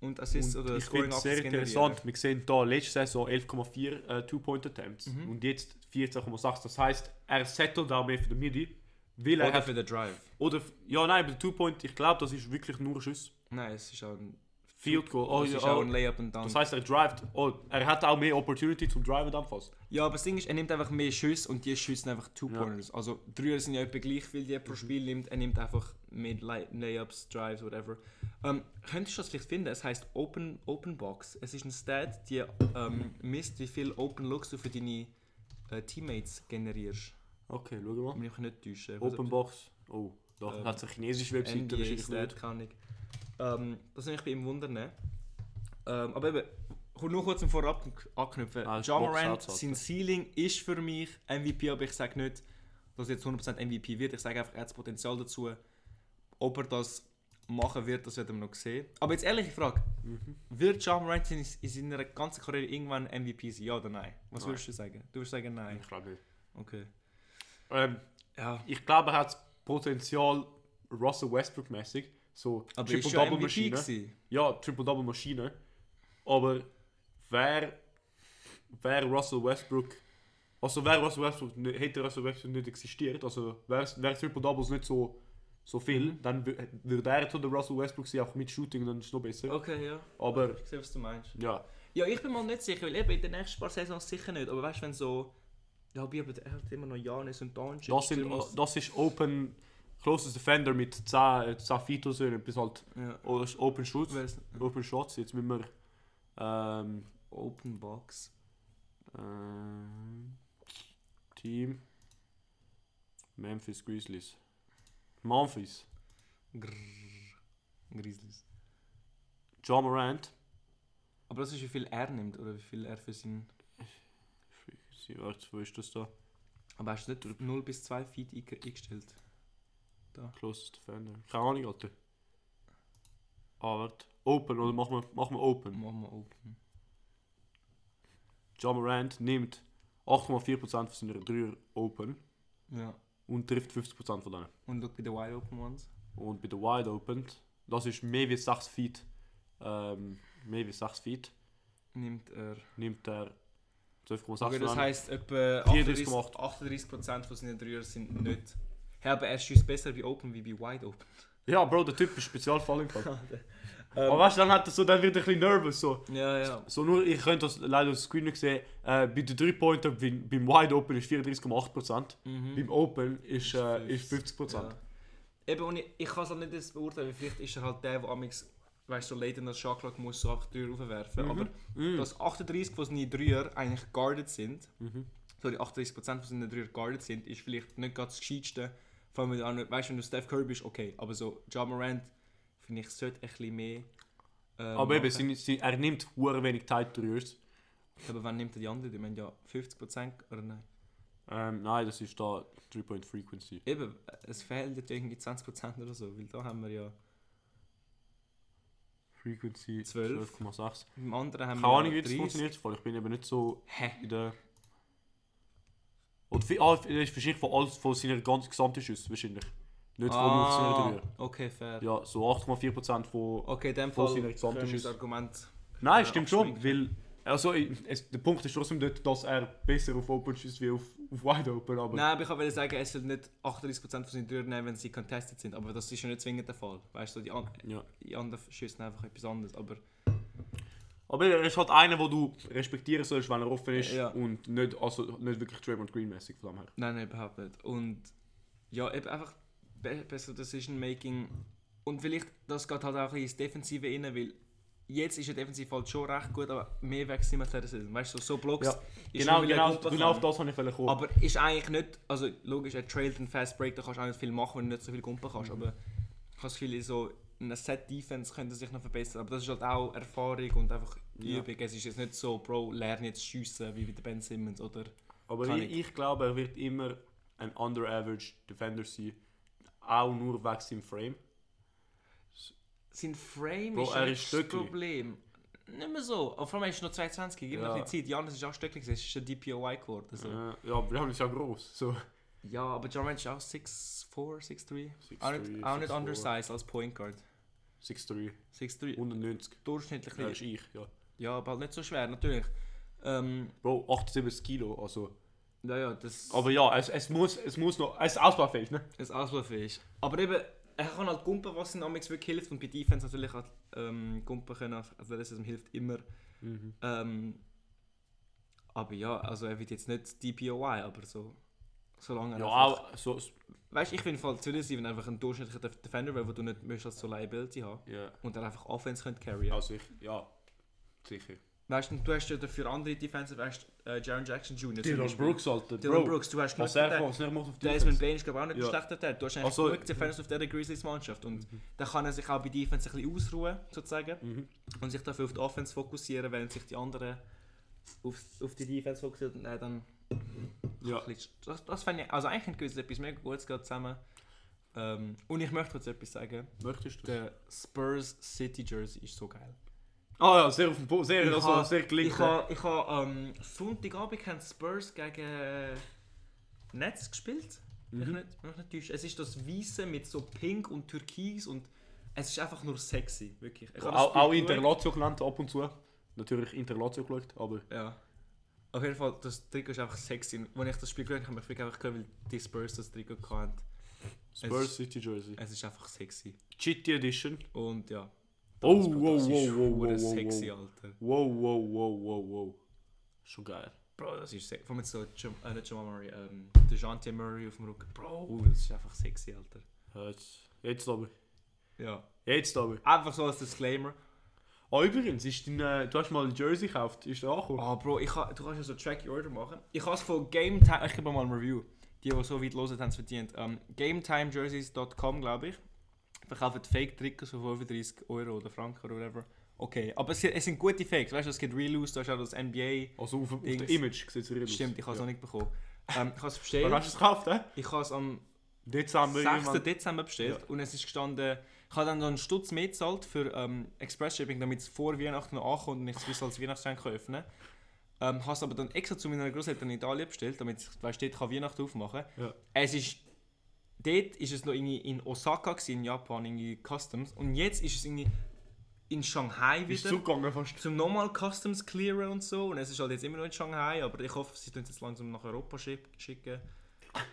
[SPEAKER 2] und Assists
[SPEAKER 1] Und
[SPEAKER 2] oder
[SPEAKER 1] ich finde es
[SPEAKER 2] Options
[SPEAKER 1] sehr
[SPEAKER 2] generieren.
[SPEAKER 1] interessant. Wir sehen hier letzte Saison 11,4 äh, Two-Point-Attempts
[SPEAKER 2] Mhm.
[SPEAKER 1] und jetzt 14,6. Das heißt, er settelt da mehr für die Midi. Weil er
[SPEAKER 2] Oder
[SPEAKER 1] hat,
[SPEAKER 2] für den Drive.
[SPEAKER 1] oder, ja, nein, bei den Two-Point, ich glaube, das ist wirklich nur Schuss.
[SPEAKER 2] Nein, es ist auch ein,
[SPEAKER 1] Field Goal. Oh,
[SPEAKER 2] es
[SPEAKER 1] ja,
[SPEAKER 2] ist auch
[SPEAKER 1] oh.
[SPEAKER 2] ein Layup und Dunk.
[SPEAKER 1] Das heißt, er drivet, oh, er hat auch mehr Opportunity zum Driven dann fast.
[SPEAKER 2] Ja, aber das Ding ist, er nimmt einfach mehr Schüsse und die Schüsse sind einfach Two-Pointers. Also Dreier sind ja etwa gleich viel, die er pro Spiel nimmt. Er nimmt einfach mehr Lay- Layups, Drives, whatever. Ähm, könntest du das vielleicht finden? Es heißt Open, Open Box. Es ist ein Stat, die ähm, misst, wie viel Open Looks du für deine äh, Teammates generierst.
[SPEAKER 1] Okay, schau mal.
[SPEAKER 2] Ich mich nicht täuschen. Ich weiss,
[SPEAKER 1] Open Box. Oh, da
[SPEAKER 2] Ähm,
[SPEAKER 1] hat es eine chinesische
[SPEAKER 2] ob-
[SPEAKER 1] Webseite
[SPEAKER 2] NBA
[SPEAKER 1] wahrscheinlich
[SPEAKER 2] Stat,
[SPEAKER 1] nicht.
[SPEAKER 2] keine Ahnung. Ähm, das würde mich bei ihm wundern. Ähm, aber eben, ich nur kurz im Vorab anknüpfen.
[SPEAKER 1] Ah,
[SPEAKER 2] Ah,
[SPEAKER 1] das
[SPEAKER 2] John
[SPEAKER 1] Box
[SPEAKER 2] Morant,
[SPEAKER 1] outside.
[SPEAKER 2] sein Ceiling ist für mich MVP, aber ich sage nicht, dass er jetzt 100% MVP wird. Ich sage einfach, er hat das Potenzial dazu. Ob er das machen wird, das werden wir noch sehen. Aber jetzt ehrliche Frage.
[SPEAKER 1] Mhm.
[SPEAKER 2] Wird John Morant in, in seiner ganzen Karriere irgendwann MVP sein? Ja oder nein? Was
[SPEAKER 1] Nein.
[SPEAKER 2] würdest du sagen? Du würdest sagen nein.
[SPEAKER 1] Ich glaube nicht.
[SPEAKER 2] Okay.
[SPEAKER 1] Ähm,
[SPEAKER 2] Ja.
[SPEAKER 1] ich glaube, er hat das Potenzial Russell Westbrook-mäßig. So
[SPEAKER 2] Aber Triple ist ja MVP
[SPEAKER 1] Triple-Double-Maschine.
[SPEAKER 2] gewesen.
[SPEAKER 1] Ja, Triple-Double-Maschine. Aber wer, wer Russell Westbrook. Also wäre Russell Westbrook, nicht- hätte Russell Westbrook nicht existiert, also wäre wär Triple-Doubles nicht so, so viel,
[SPEAKER 2] Mhm.
[SPEAKER 1] dann wü- würde er zu der Russell Westbrook sein, auch mit Shooting, dann ist es noch besser.
[SPEAKER 2] Okay, ja.
[SPEAKER 1] Aber
[SPEAKER 2] Ich sehe, was du meinst.
[SPEAKER 1] ja,
[SPEAKER 2] Ja, ich bin mal nicht sicher, weil eben in den nächsten paar Saisons sicher nicht. Aber weißt du, wenn so. Ja, aber er hat immer noch Janis und Doncic.
[SPEAKER 1] das, sind, äh,
[SPEAKER 2] Stimmt.
[SPEAKER 1] das ist Open Closest Defender mit 10 Feet oder bis halt
[SPEAKER 2] Ja.
[SPEAKER 1] Open Shots.
[SPEAKER 2] Weiss-
[SPEAKER 1] Open Shots, jetzt müssen wir. Ähm,
[SPEAKER 2] Open Box.
[SPEAKER 1] ähm, Team. Memphis Grizzlies. Memphis.
[SPEAKER 2] Grrr. Grizzlies.
[SPEAKER 1] John Morant.
[SPEAKER 2] Aber das ist, wie viel er nimmt oder wie viel er für seinen.
[SPEAKER 1] Sie- warte, Wo ist das da?
[SPEAKER 2] Aber hast du nicht 0 bis 2 Feet einge- eingestellt?
[SPEAKER 1] Closest Defender. Keine Ahnung, Alter. Ah, warte. Open, oder machen wir, machen wir Open.
[SPEAKER 2] Machen wir Open.
[SPEAKER 1] John Morant nimmt 8,4% von seiner Dreier Open
[SPEAKER 2] Ja.
[SPEAKER 1] und trifft 50% von denen.
[SPEAKER 2] Und schau bei den Wide Open Ones.
[SPEAKER 1] Und bei der Wide Open, das ist mehr wie 6 Feet, ähm, mehr wie 6 Feet,
[SPEAKER 2] Nimmt er.
[SPEAKER 1] nimmt er 12,6
[SPEAKER 2] Okay, das
[SPEAKER 1] an.
[SPEAKER 2] heisst, etwa
[SPEAKER 1] 34,8.
[SPEAKER 2] 38% 38% von seinen Dreier sind nicht. Hä, aber er schießt besser bei Open wie bei Wide Open.
[SPEAKER 1] Ja, Bro, der Typ ist Spezialfall im Fall. Aber
[SPEAKER 2] Ähm,
[SPEAKER 1] weißt du, dann, hat er so, dann wird er ein bisschen nervös. So.
[SPEAKER 2] ja, ja.
[SPEAKER 1] so nur, ich könnte das leider auf dem Screen nicht sehen, äh, bei den 3-Pointer beim, beim Wide Open ist 34,8%,
[SPEAKER 2] Mhm.
[SPEAKER 1] beim Open ist, äh,
[SPEAKER 2] Ist
[SPEAKER 1] ist 50%.
[SPEAKER 2] Ja. Eben, und ich, ich kann es halt nicht jetzt beurteilen, weil vielleicht ist er halt der, der amix, weißt du, so late in der Schachlag muss, so einfach die Tür raufwerfen. Aber
[SPEAKER 1] Mhm.
[SPEAKER 2] dass 38 von seinen Dreier eigentlich guarded sind,
[SPEAKER 1] Mhm.
[SPEAKER 2] sorry, 38% von seinen Dreier guarded sind, ist vielleicht nicht gerade das Gescheiteste. Vor allem, wenn du auch nicht- weißt wenn du Steph Curry bist, okay. Aber so, Ja Morant, finde ich, sollte ein bisschen mehr. äh,
[SPEAKER 1] Aber eben,
[SPEAKER 2] machen.
[SPEAKER 1] sie, sie, er nimmt hure wenig Zeit Dreiers.
[SPEAKER 2] Aber wann nimmt er die anderen? Die haben ja 50% oder nein?
[SPEAKER 1] Ähm, nein, das ist da 3-Point Frequency.
[SPEAKER 2] Eben, es fehlt jetzt irgendwie 20% oder so, weil da haben wir ja.
[SPEAKER 1] Frequency
[SPEAKER 2] Zwölf.
[SPEAKER 1] 12,6.
[SPEAKER 2] Im anderen haben
[SPEAKER 1] Keine Ahnung,
[SPEAKER 2] wir
[SPEAKER 1] wie
[SPEAKER 2] ja
[SPEAKER 1] das
[SPEAKER 2] 30.
[SPEAKER 1] funktioniert, weil ich bin eben nicht so
[SPEAKER 2] Hä?
[SPEAKER 1] in der. Oder vi- ah, das ist wahrscheinlich von, alles, von seiner ganzen gesamten Schüsse, wahrscheinlich. Nicht von nur
[SPEAKER 2] Ah,
[SPEAKER 1] seiner Drüher.
[SPEAKER 2] okay, fair.
[SPEAKER 1] Ja, so 8,4% von.
[SPEAKER 2] Okay, in dem
[SPEAKER 1] Wo
[SPEAKER 2] Fall
[SPEAKER 1] sind die gesamten
[SPEAKER 2] können wir das
[SPEAKER 1] Schüsse?
[SPEAKER 2] Argument.
[SPEAKER 1] Nein,
[SPEAKER 2] äh,
[SPEAKER 1] stimmt schon, weil. Also, ich- es, der Punkt ist trotzdem nicht, dass er besser auf Open schießt wie auf, auf Wide Open, aber.
[SPEAKER 2] Nein, aber ich wollte sagen, es soll nicht 38% von seinen Türen nehmen, wenn sie contested sind. Aber das ist ja nicht zwingend der Fall. Weißt du, die, an
[SPEAKER 1] Ja.
[SPEAKER 2] die anderen Schüsse sind einfach etwas anderes. Aber
[SPEAKER 1] Aber er ist halt einer, den du respektieren sollst, wenn er offen ist
[SPEAKER 2] Ja.
[SPEAKER 1] und nicht, also nicht wirklich Draymond Green-mäßig von dem her.
[SPEAKER 2] nein, nein, überhaupt nicht. Und ja, eben einfach be besser Decision Making. Und vielleicht, das geht halt auch ein bisschen ins Defensive rein, weil jetzt ist ja defensiv halt schon recht gut, aber mehr weg sind wir zu der Saison. Weißt du, so Blocks.
[SPEAKER 1] Ja.
[SPEAKER 2] ist
[SPEAKER 1] Genau,
[SPEAKER 2] schon wieder
[SPEAKER 1] genau,
[SPEAKER 2] gut
[SPEAKER 1] genau auf
[SPEAKER 2] bekannt.
[SPEAKER 1] das habe ich vielleicht kommen.
[SPEAKER 2] Aber ist eigentlich nicht, also logisch, ein Trail und Fast Break, da kannst du auch nicht viel machen, wenn du nicht so viel Gumpen kannst, aber ich habe das Gefühl, in so eine Set-Defense könnte sich noch verbessern, aber das ist halt auch Erfahrung und einfach
[SPEAKER 1] Ja.
[SPEAKER 2] Übung. Es ist jetzt nicht so, Bro, lerne jetzt schiessen, wie bei der Ben Simmons, oder?
[SPEAKER 1] Aber
[SPEAKER 2] Kann
[SPEAKER 1] ich, ich. glaube, er wird immer ein under-average Defender sein. Auch nur wegen seinem Frame.
[SPEAKER 2] Sein Frame
[SPEAKER 1] Bro,
[SPEAKER 2] ist,
[SPEAKER 1] er
[SPEAKER 2] ja
[SPEAKER 1] ist
[SPEAKER 2] nicht das
[SPEAKER 1] Stöckli.
[SPEAKER 2] Problem. Nicht mehr so. Aber vor allem er ist noch 22, gib ihm
[SPEAKER 1] Ja.
[SPEAKER 2] noch ein bisschen Zeit. Janis ist auch stöcklich, gewesen, es ist ein DPOY geworden. So. Ja.
[SPEAKER 1] Äh, ja, aber wir haben es ja groß. So.
[SPEAKER 2] aber John Ranch ist auch 6'4", 6'3".
[SPEAKER 1] 6'3",
[SPEAKER 2] Auch nicht, auch nicht
[SPEAKER 1] 6'4".
[SPEAKER 2] undersized als Point Guard.
[SPEAKER 1] 6'3,
[SPEAKER 2] 6'3".
[SPEAKER 1] 190.
[SPEAKER 2] Durchschnittlich
[SPEAKER 1] Ja, das ist ich, ja.
[SPEAKER 2] Ja, aber halt nicht so schwer, natürlich. Ähm,
[SPEAKER 1] Bro, 78 Kilo, also.
[SPEAKER 2] ja, ja, das
[SPEAKER 1] Aber ja, es, es, muss, es muss noch. Es ist ausbaufähig, ne?
[SPEAKER 2] ist ausbaufähig. Aber eben, er kann halt Gumpen, was ihm amigs wirklich hilft. Und bei Defense natürlich hat ähm, Gumpen können, auf Athleticism hilft immer.
[SPEAKER 1] Mhm.
[SPEAKER 2] Ähm, aber ja, also er wird jetzt nicht DPOY, aber so. Solange er
[SPEAKER 1] Ja,
[SPEAKER 2] einfach-
[SPEAKER 1] auch. So, so-
[SPEAKER 2] Weißt du, ich finde voll zu wenn einfach ein durchschnittlicher Def- Defender wäre, wo du nicht möchtest, als so Liability haben.
[SPEAKER 1] ja.
[SPEAKER 2] Und er einfach Offense könnte carry.
[SPEAKER 1] Ja, sicher. Ja, sicher.
[SPEAKER 2] Weißt du, und du hast ja dafür andere Defensive, weißt du, äh, Jaron Jackson Jr. zum
[SPEAKER 1] Dylan
[SPEAKER 2] Beispiel.
[SPEAKER 1] Brooks, Alter.
[SPEAKER 2] Dylan
[SPEAKER 1] Bro,
[SPEAKER 2] Brooks, du hast
[SPEAKER 1] Was
[SPEAKER 2] genug
[SPEAKER 1] er
[SPEAKER 2] Defender.
[SPEAKER 1] was er macht auf die
[SPEAKER 2] Desmond
[SPEAKER 1] Defense.
[SPEAKER 2] Blaine ist glaub ich, auch nicht
[SPEAKER 1] Ja.
[SPEAKER 2] ein schlechter Teil. Du hast eigentlich
[SPEAKER 1] Also-
[SPEAKER 2] genug Defenders auf dieser Grizzlies-Mannschaft. Und da kann er sich auch bei Defense ein bisschen ausruhen, sozusagen.
[SPEAKER 1] Mhm.
[SPEAKER 2] Und sich dafür auf die Offense fokussieren, während sich die anderen auf, auf die Defense fokussieren. Und er dann
[SPEAKER 1] Ja.
[SPEAKER 2] ein bisschen, das, das fände ich, also eigentlich haben die Grizzlies etwas mega Gutes gerade zusammen. Ähm, und ich möchte kurz etwas sagen.
[SPEAKER 1] Möchtest du?
[SPEAKER 2] Der Spurs City Jersey ist so geil.
[SPEAKER 1] Ah ja, sehr auf dem Po. Sehr, also,
[SPEAKER 2] ha-
[SPEAKER 1] sehr gelingt.
[SPEAKER 2] Ich habe ich ha, ähm, Sonntagabend haben die Spurs gegen Netz gespielt.
[SPEAKER 1] Mhm.
[SPEAKER 2] Wenn Ich nicht, wenn ich nicht täusche. Es ist das Weiße mit so Pink und Türkis und es ist einfach nur sexy, wirklich. Ich hab das
[SPEAKER 1] Auch,
[SPEAKER 2] Spiel
[SPEAKER 1] auch
[SPEAKER 2] geschaut.
[SPEAKER 1] Interlazio gelernt ab und zu. Natürlich Interlazio geschaut, aber.
[SPEAKER 2] Ja. Auf jeden Fall, das Trikot ist einfach sexy. Und Als ich das Spiel geschaut habe, habe ich mich einfach gehört, weil die Spurs das Trikot hatten.
[SPEAKER 1] Spurs
[SPEAKER 2] Es-
[SPEAKER 1] City Jersey.
[SPEAKER 2] Es ist einfach sexy.
[SPEAKER 1] Chitty Edition.
[SPEAKER 2] Und ja.
[SPEAKER 1] Oh,
[SPEAKER 2] das-
[SPEAKER 1] wow,
[SPEAKER 2] das ist
[SPEAKER 1] wow, wow,
[SPEAKER 2] hure
[SPEAKER 1] wow, wow,
[SPEAKER 2] sexy,
[SPEAKER 1] wow.
[SPEAKER 2] Alter.
[SPEAKER 1] Wow, wow, wow, wow, wow. Schon geil.
[SPEAKER 2] Bro, das ist sexy. Vor allem so, Jam äh, nicht Jamal Murray, ähm, DeJounte Murray auf dem Rücken. Bro, das ist einfach sexy, Alter.
[SPEAKER 1] Ja, Jetzt, jetzt aber.
[SPEAKER 2] Ja.
[SPEAKER 1] Jetzt aber.
[SPEAKER 2] Einfach so als Disclaimer.
[SPEAKER 1] Ah, übrigens, ist dein, äh, du hast mal ein Jersey gekauft. Ist der angekommen?
[SPEAKER 2] Ah, Bro, ich ha, du kannst ja so Track Your Order machen. Ich habe es von Game Time. Ich gebe mal ein Review. Die, die so weit hören, haben es verdient. Ähm, GameTimeJerseys.com, glaube ich, verkaufen Fake Trikots für 35 Euro oder Franken oder whatever. Okay, aber es, sind- es sind gute Fakes. Weißt du, es gibt Reloose, da ist auch das NBA.
[SPEAKER 1] Also auf, auf
[SPEAKER 2] Dings.
[SPEAKER 1] dem Image sieht es real aus.
[SPEAKER 2] Stimmt, ich habe es
[SPEAKER 1] ja.
[SPEAKER 2] noch nicht bekommen. Ähm, ich
[SPEAKER 1] Wann
[SPEAKER 2] habe es
[SPEAKER 1] hast du
[SPEAKER 2] bestellt.
[SPEAKER 1] es gekauft, hä?
[SPEAKER 2] Ich habe es am
[SPEAKER 1] Dezember
[SPEAKER 2] 6.
[SPEAKER 1] irgendwann.
[SPEAKER 2] Dezember bestellt und es ist gestanden, ich habe dann noch einen Stutz mehr gezahlt für ähm, Express Shipping, damit es vor Weihnachten noch ankommt und ich es bis als Weihnachtsgeschenk kann öffnen kann. Ähm, habe es aber dann extra zu meiner Großeltern in Italien bestellt, damit ich weißt, dort kann Weihnachten aufmachen
[SPEAKER 1] Ja.
[SPEAKER 2] Es ist, dort ist es noch irgendwie in Osaka, gewesen, in Japan, irgendwie Customs und jetzt ist es irgendwie in Shanghai
[SPEAKER 1] Ist
[SPEAKER 2] wieder.
[SPEAKER 1] zugegangen fast.
[SPEAKER 2] Zum nochmal Customs clearen und so und es ist halt jetzt immer noch in Shanghai, aber ich hoffe, sie tun es jetzt langsam nach Europa schick- schicken.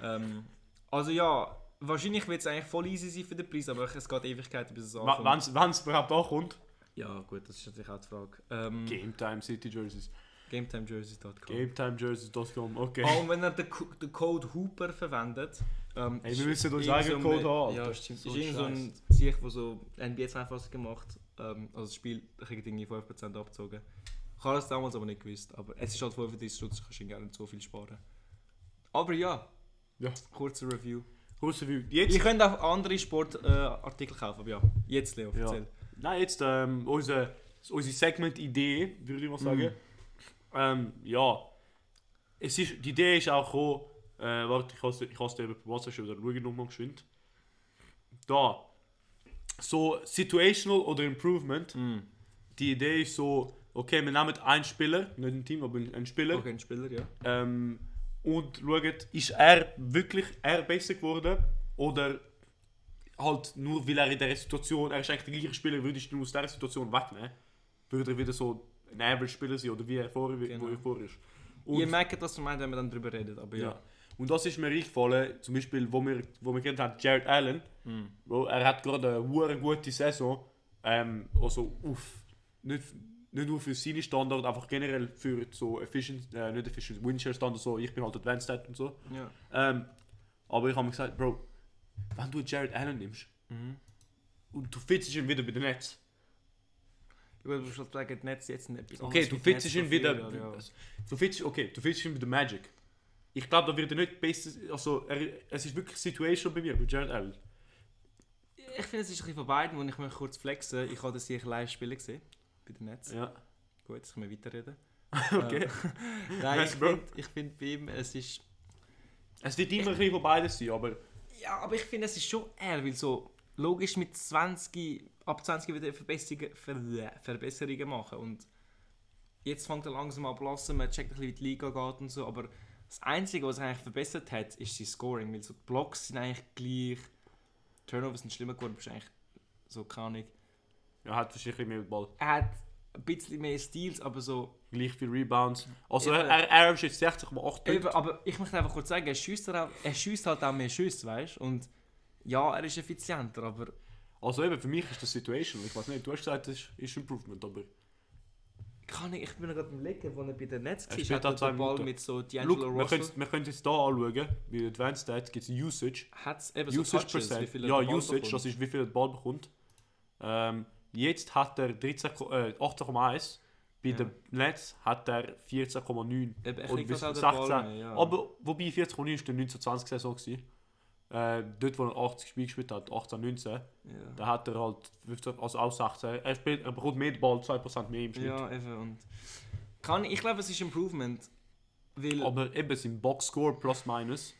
[SPEAKER 2] ähm, also ja, wahrscheinlich wird es eigentlich voll easy sein für den Preis, aber es geht Ewigkeiten bis es ankommt.
[SPEAKER 1] Wenn es überhaupt ankommt.
[SPEAKER 2] Ja gut, das ist natürlich auch die Frage. Ähm,
[SPEAKER 1] Game Time City Jerseys.
[SPEAKER 2] GameTimeJerseys.com
[SPEAKER 1] Game Time Jerseys.com, okay.
[SPEAKER 2] Ah, und wenn ihr den, Co- den Code Hooper verwendet... Ähm,
[SPEAKER 1] Ey,
[SPEAKER 2] ist
[SPEAKER 1] wir müssen unseren
[SPEAKER 2] irgend
[SPEAKER 1] eigenen
[SPEAKER 2] so ein-
[SPEAKER 1] Code haben,
[SPEAKER 2] Ja,
[SPEAKER 1] Alter.
[SPEAKER 2] stimmt.
[SPEAKER 1] So
[SPEAKER 2] ist
[SPEAKER 1] ein
[SPEAKER 2] irgend so ein Sieg, der so NBA 2 Fassung gemacht ähm, also das Spiel kriegt irgendwie 5% abgezogen. Ich habe das damals aber nicht gewusst, aber es ist halt 35 Stutz, kannst du gar nicht so viel sparen. Aber ja,
[SPEAKER 1] Ja.
[SPEAKER 2] kurze Review.
[SPEAKER 1] Kurze Review. Jetzt.
[SPEAKER 2] Ihr könnt auch andere Sportartikel kaufen, aber ja, jetzt Leo,
[SPEAKER 1] Ja.
[SPEAKER 2] erzähl.
[SPEAKER 1] Nein, jetzt ähm, unsere, unsere Segment-Idee, würde ich mal sagen. Ähm, ja. Es ist, die Idee ist auch gekommen, Äh, warte, ich hasse, ich hasse dir eben per WhatsApp schreiben, dann schau ich nochmal geschwind. Da. So, situational oder improvement. Die Idee ist so, okay, wir nehmen einen Spieler, nicht ein Team, aber einen Spieler.
[SPEAKER 2] Okay, ein Spieler, ja.
[SPEAKER 1] Ähm, und schaut, ist er wirklich er besser geworden oder halt nur weil er in dieser Situation, er ist eigentlich der gleiche Spieler, würdest du ihn aus dieser Situation wegnehmen, würde er wieder so ein Average-Spieler sein oder wie er vorher,
[SPEAKER 2] Genau.
[SPEAKER 1] wo er vorher ist.
[SPEAKER 2] Ihr merkt, was du meinst, wenn wir dann drüber reden, aber ja.
[SPEAKER 1] Ja. Und das ist mir eingefallen, zum Beispiel, wo wir, wo wir geredet haben, Jared Allen, Bro, er hat gerade eine hure gute Saison, ähm, also uff, nicht, nicht nur für seine Standard, einfach generell für so Efficient, äh, nicht Efficient, Windshare Standard, so, ich bin halt Advanced Stat und so.
[SPEAKER 2] ja.
[SPEAKER 1] Ähm, aber ich habe mir gesagt, Bro, wenn du Jared Allen nimmst und du fitzt ihn wieder bei den Netz,
[SPEAKER 2] Ich würde schon sagen, die Netz jetzt nicht etwas
[SPEAKER 1] Okay,
[SPEAKER 2] anderes
[SPEAKER 1] du
[SPEAKER 2] mit
[SPEAKER 1] fitzt
[SPEAKER 2] Netz
[SPEAKER 1] ihn
[SPEAKER 2] so
[SPEAKER 1] wieder.
[SPEAKER 2] viel, ja, ja.
[SPEAKER 1] Du fitzt, okay, du fitzt ihn wieder Magic. Ich glaube, da wird er nicht besser. Also, er, es ist wirklich Situation bei mir, bei Jared Allen.
[SPEAKER 2] Ich finde, es ist ein bisschen von beiden, und ich möchte kurz flexen. Ich habe das hier live spielen gesehen, bei den Netz.
[SPEAKER 1] Ja.
[SPEAKER 2] Gut, jetzt können wir weiterreden.
[SPEAKER 1] Okay.
[SPEAKER 2] Äh, Nein,
[SPEAKER 1] Nice,
[SPEAKER 2] ich
[SPEAKER 1] Bro.
[SPEAKER 2] finde ich find bei ihm, es ist...
[SPEAKER 1] Es wird immer ein bisschen von beides sein, aber
[SPEAKER 2] Ja, aber ich finde, es ist schon er, weil so logisch mit 20, ab 20 wieder Verbesserungen, Ver Verbesserungen machen und jetzt fängt er langsam an zu lassen, man checkt ein bisschen, wie die Liga geht und so, aber das Einzige, was er eigentlich verbessert hat, ist sein Scoring, weil so die Blocks sind eigentlich gleich, Turnovers sind schlimmer geworden, bist eigentlich so, keine Ahnung.
[SPEAKER 1] er hat wahrscheinlich mehr Ball.
[SPEAKER 2] Er hat ein bisschen mehr Steals, aber so...
[SPEAKER 1] Gleich viel Rebounds. Also, er,
[SPEAKER 2] Eben.
[SPEAKER 1] er, er ist jetzt 60,8
[SPEAKER 2] Eben,
[SPEAKER 1] Punkte.
[SPEAKER 2] aber ich möchte einfach kurz sagen, er schießt halt auch mehr Schüsse, weißt du? Und ja, er ist effizienter, aber
[SPEAKER 1] Also, eben, für mich ist das Situation. Ich weiß nicht, du hast gesagt, es ist, ist Improvement, aber.
[SPEAKER 2] Kann ich, ich bin gerade im Legen, wo er bei den Netz
[SPEAKER 1] Er
[SPEAKER 2] war,
[SPEAKER 1] spielt
[SPEAKER 2] hat
[SPEAKER 1] da
[SPEAKER 2] er
[SPEAKER 1] zwei
[SPEAKER 2] den Ball
[SPEAKER 1] Minuten.
[SPEAKER 2] mit so
[SPEAKER 1] Look,
[SPEAKER 2] D'Angelo
[SPEAKER 1] wir können
[SPEAKER 2] Russell.
[SPEAKER 1] es- wir können es jetzt hier anschauen. Bei Advanced Stats gibt es Usage.
[SPEAKER 2] Hat es eben so
[SPEAKER 1] Usage
[SPEAKER 2] Touches, wie
[SPEAKER 1] Percent.
[SPEAKER 2] viele
[SPEAKER 1] Ja,
[SPEAKER 2] der Ball
[SPEAKER 1] Usage,
[SPEAKER 2] bekommt.
[SPEAKER 1] das ist wie viel der Ball bekommt. Ähm, jetzt hat er 13, Ko- äh, 18,1. Bei
[SPEAKER 2] Ja.
[SPEAKER 1] den Nets hat er 14,9.
[SPEAKER 2] Eben, er
[SPEAKER 1] Und
[SPEAKER 2] kriegt
[SPEAKER 1] bis
[SPEAKER 2] das auch den
[SPEAKER 1] 16.
[SPEAKER 2] Ball mehr, ja.
[SPEAKER 1] Aber wobei 40,9 ist die 1920-Saison gewesen. Äh, dort, wo er 80 Spiele gespielt hat, 18, 19,
[SPEAKER 2] ja.
[SPEAKER 1] da hat er halt 15, also auch 16. Er, spielt, er bekommt mehr den Ball, 2% mehr im Schnitt.
[SPEAKER 2] ja, eben. Und kann, ich glaube, es ist Improvement. Weil,
[SPEAKER 1] Aber eben sein Boxscore plus minus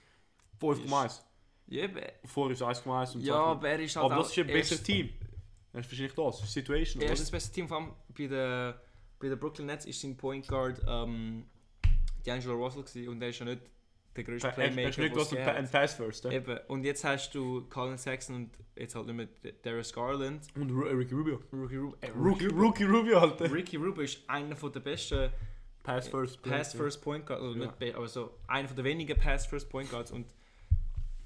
[SPEAKER 1] 5,1.
[SPEAKER 2] ja, eben,
[SPEAKER 1] Vorher ist 1,1 und
[SPEAKER 2] ja,
[SPEAKER 1] 2,1.
[SPEAKER 2] aber er ist halt
[SPEAKER 1] Aber
[SPEAKER 2] auch
[SPEAKER 1] das ist ein besseres
[SPEAKER 2] erst-
[SPEAKER 1] Team. Das ist wahrscheinlich das. Situation.
[SPEAKER 2] Er ist das beste Team, vor allem bei den, bei den Brooklyn Nets ist sein Point Guard ähm, D'Angelo Russell gewesen, und er ist ja nicht der größte Playmaker,
[SPEAKER 1] Er ist nicht
[SPEAKER 2] den es
[SPEAKER 1] gerade
[SPEAKER 2] gegeben
[SPEAKER 1] ein,
[SPEAKER 2] hat.
[SPEAKER 1] ein Pass First. eh?
[SPEAKER 2] Eben, und jetzt hast du Colin Sexton und jetzt halt nicht mehr Darius Garland.
[SPEAKER 1] Und Ru- äh, Ricky Rubio.
[SPEAKER 2] Rookie Rubio. Äh,
[SPEAKER 1] Rookie, Rookie Rubio, halt, eh? Alter.
[SPEAKER 2] Ricky Rubio ist einer von der besten
[SPEAKER 1] Pass First.
[SPEAKER 2] Pass First Point Guards, also
[SPEAKER 1] Ja.
[SPEAKER 2] nicht be- aber so einer von der wenigen Pass First Point Guards und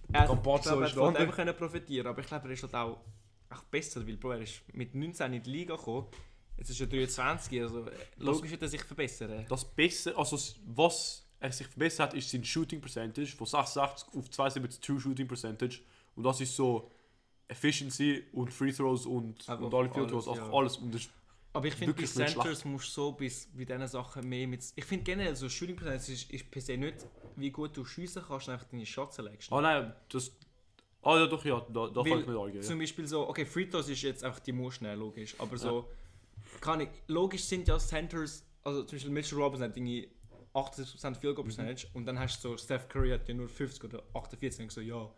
[SPEAKER 1] Der
[SPEAKER 2] er, ich
[SPEAKER 1] Campazzo
[SPEAKER 2] glaube, er
[SPEAKER 1] ist
[SPEAKER 2] hat
[SPEAKER 1] der
[SPEAKER 2] von dem
[SPEAKER 1] andere.
[SPEAKER 2] können profitieren, aber ich glaube, er ist halt auch, auch besser, weil Bro, er ist mit 19 in die Liga gekommen, jetzt ist er 23, also äh, logisch wird er sich verbessern.
[SPEAKER 1] Das Beste, also s- was er sich verbessert hat, ist sein Shooting Percentage von 86 auf 72 True Shooting Percentage. Und das ist so Efficiency und Free Throws und,
[SPEAKER 2] Einfach
[SPEAKER 1] und alle Field Throws,
[SPEAKER 2] alles,
[SPEAKER 1] einfach
[SPEAKER 2] ja.
[SPEAKER 1] alles. Und das,
[SPEAKER 2] Aber ich finde, bei
[SPEAKER 1] Wirklich nicht
[SPEAKER 2] Centers musst du so bis bei diesen Sachen mehr mit... Ich finde generell, so Shooting Percentage ist, ist per se nicht, wie gut du schiessen kannst, sondern einfach deine Shots selection.
[SPEAKER 1] oh nein, das. Ah ja, doch, ja, da, da kann
[SPEAKER 2] Weil
[SPEAKER 1] ich mir angehen. Ja.
[SPEAKER 2] Zum Beispiel so, okay, Free Throws ist jetzt einfach die muss schnell, logisch. Aber so, kann ich, logisch sind ja Centers, also zum Beispiel Mitchell Robinson hat irgendwie 80% Field
[SPEAKER 1] Mhm.
[SPEAKER 2] Goal Percentage und dann hast du so, Steph Curry hat ja nur 50 oder 48 und ich so, ja,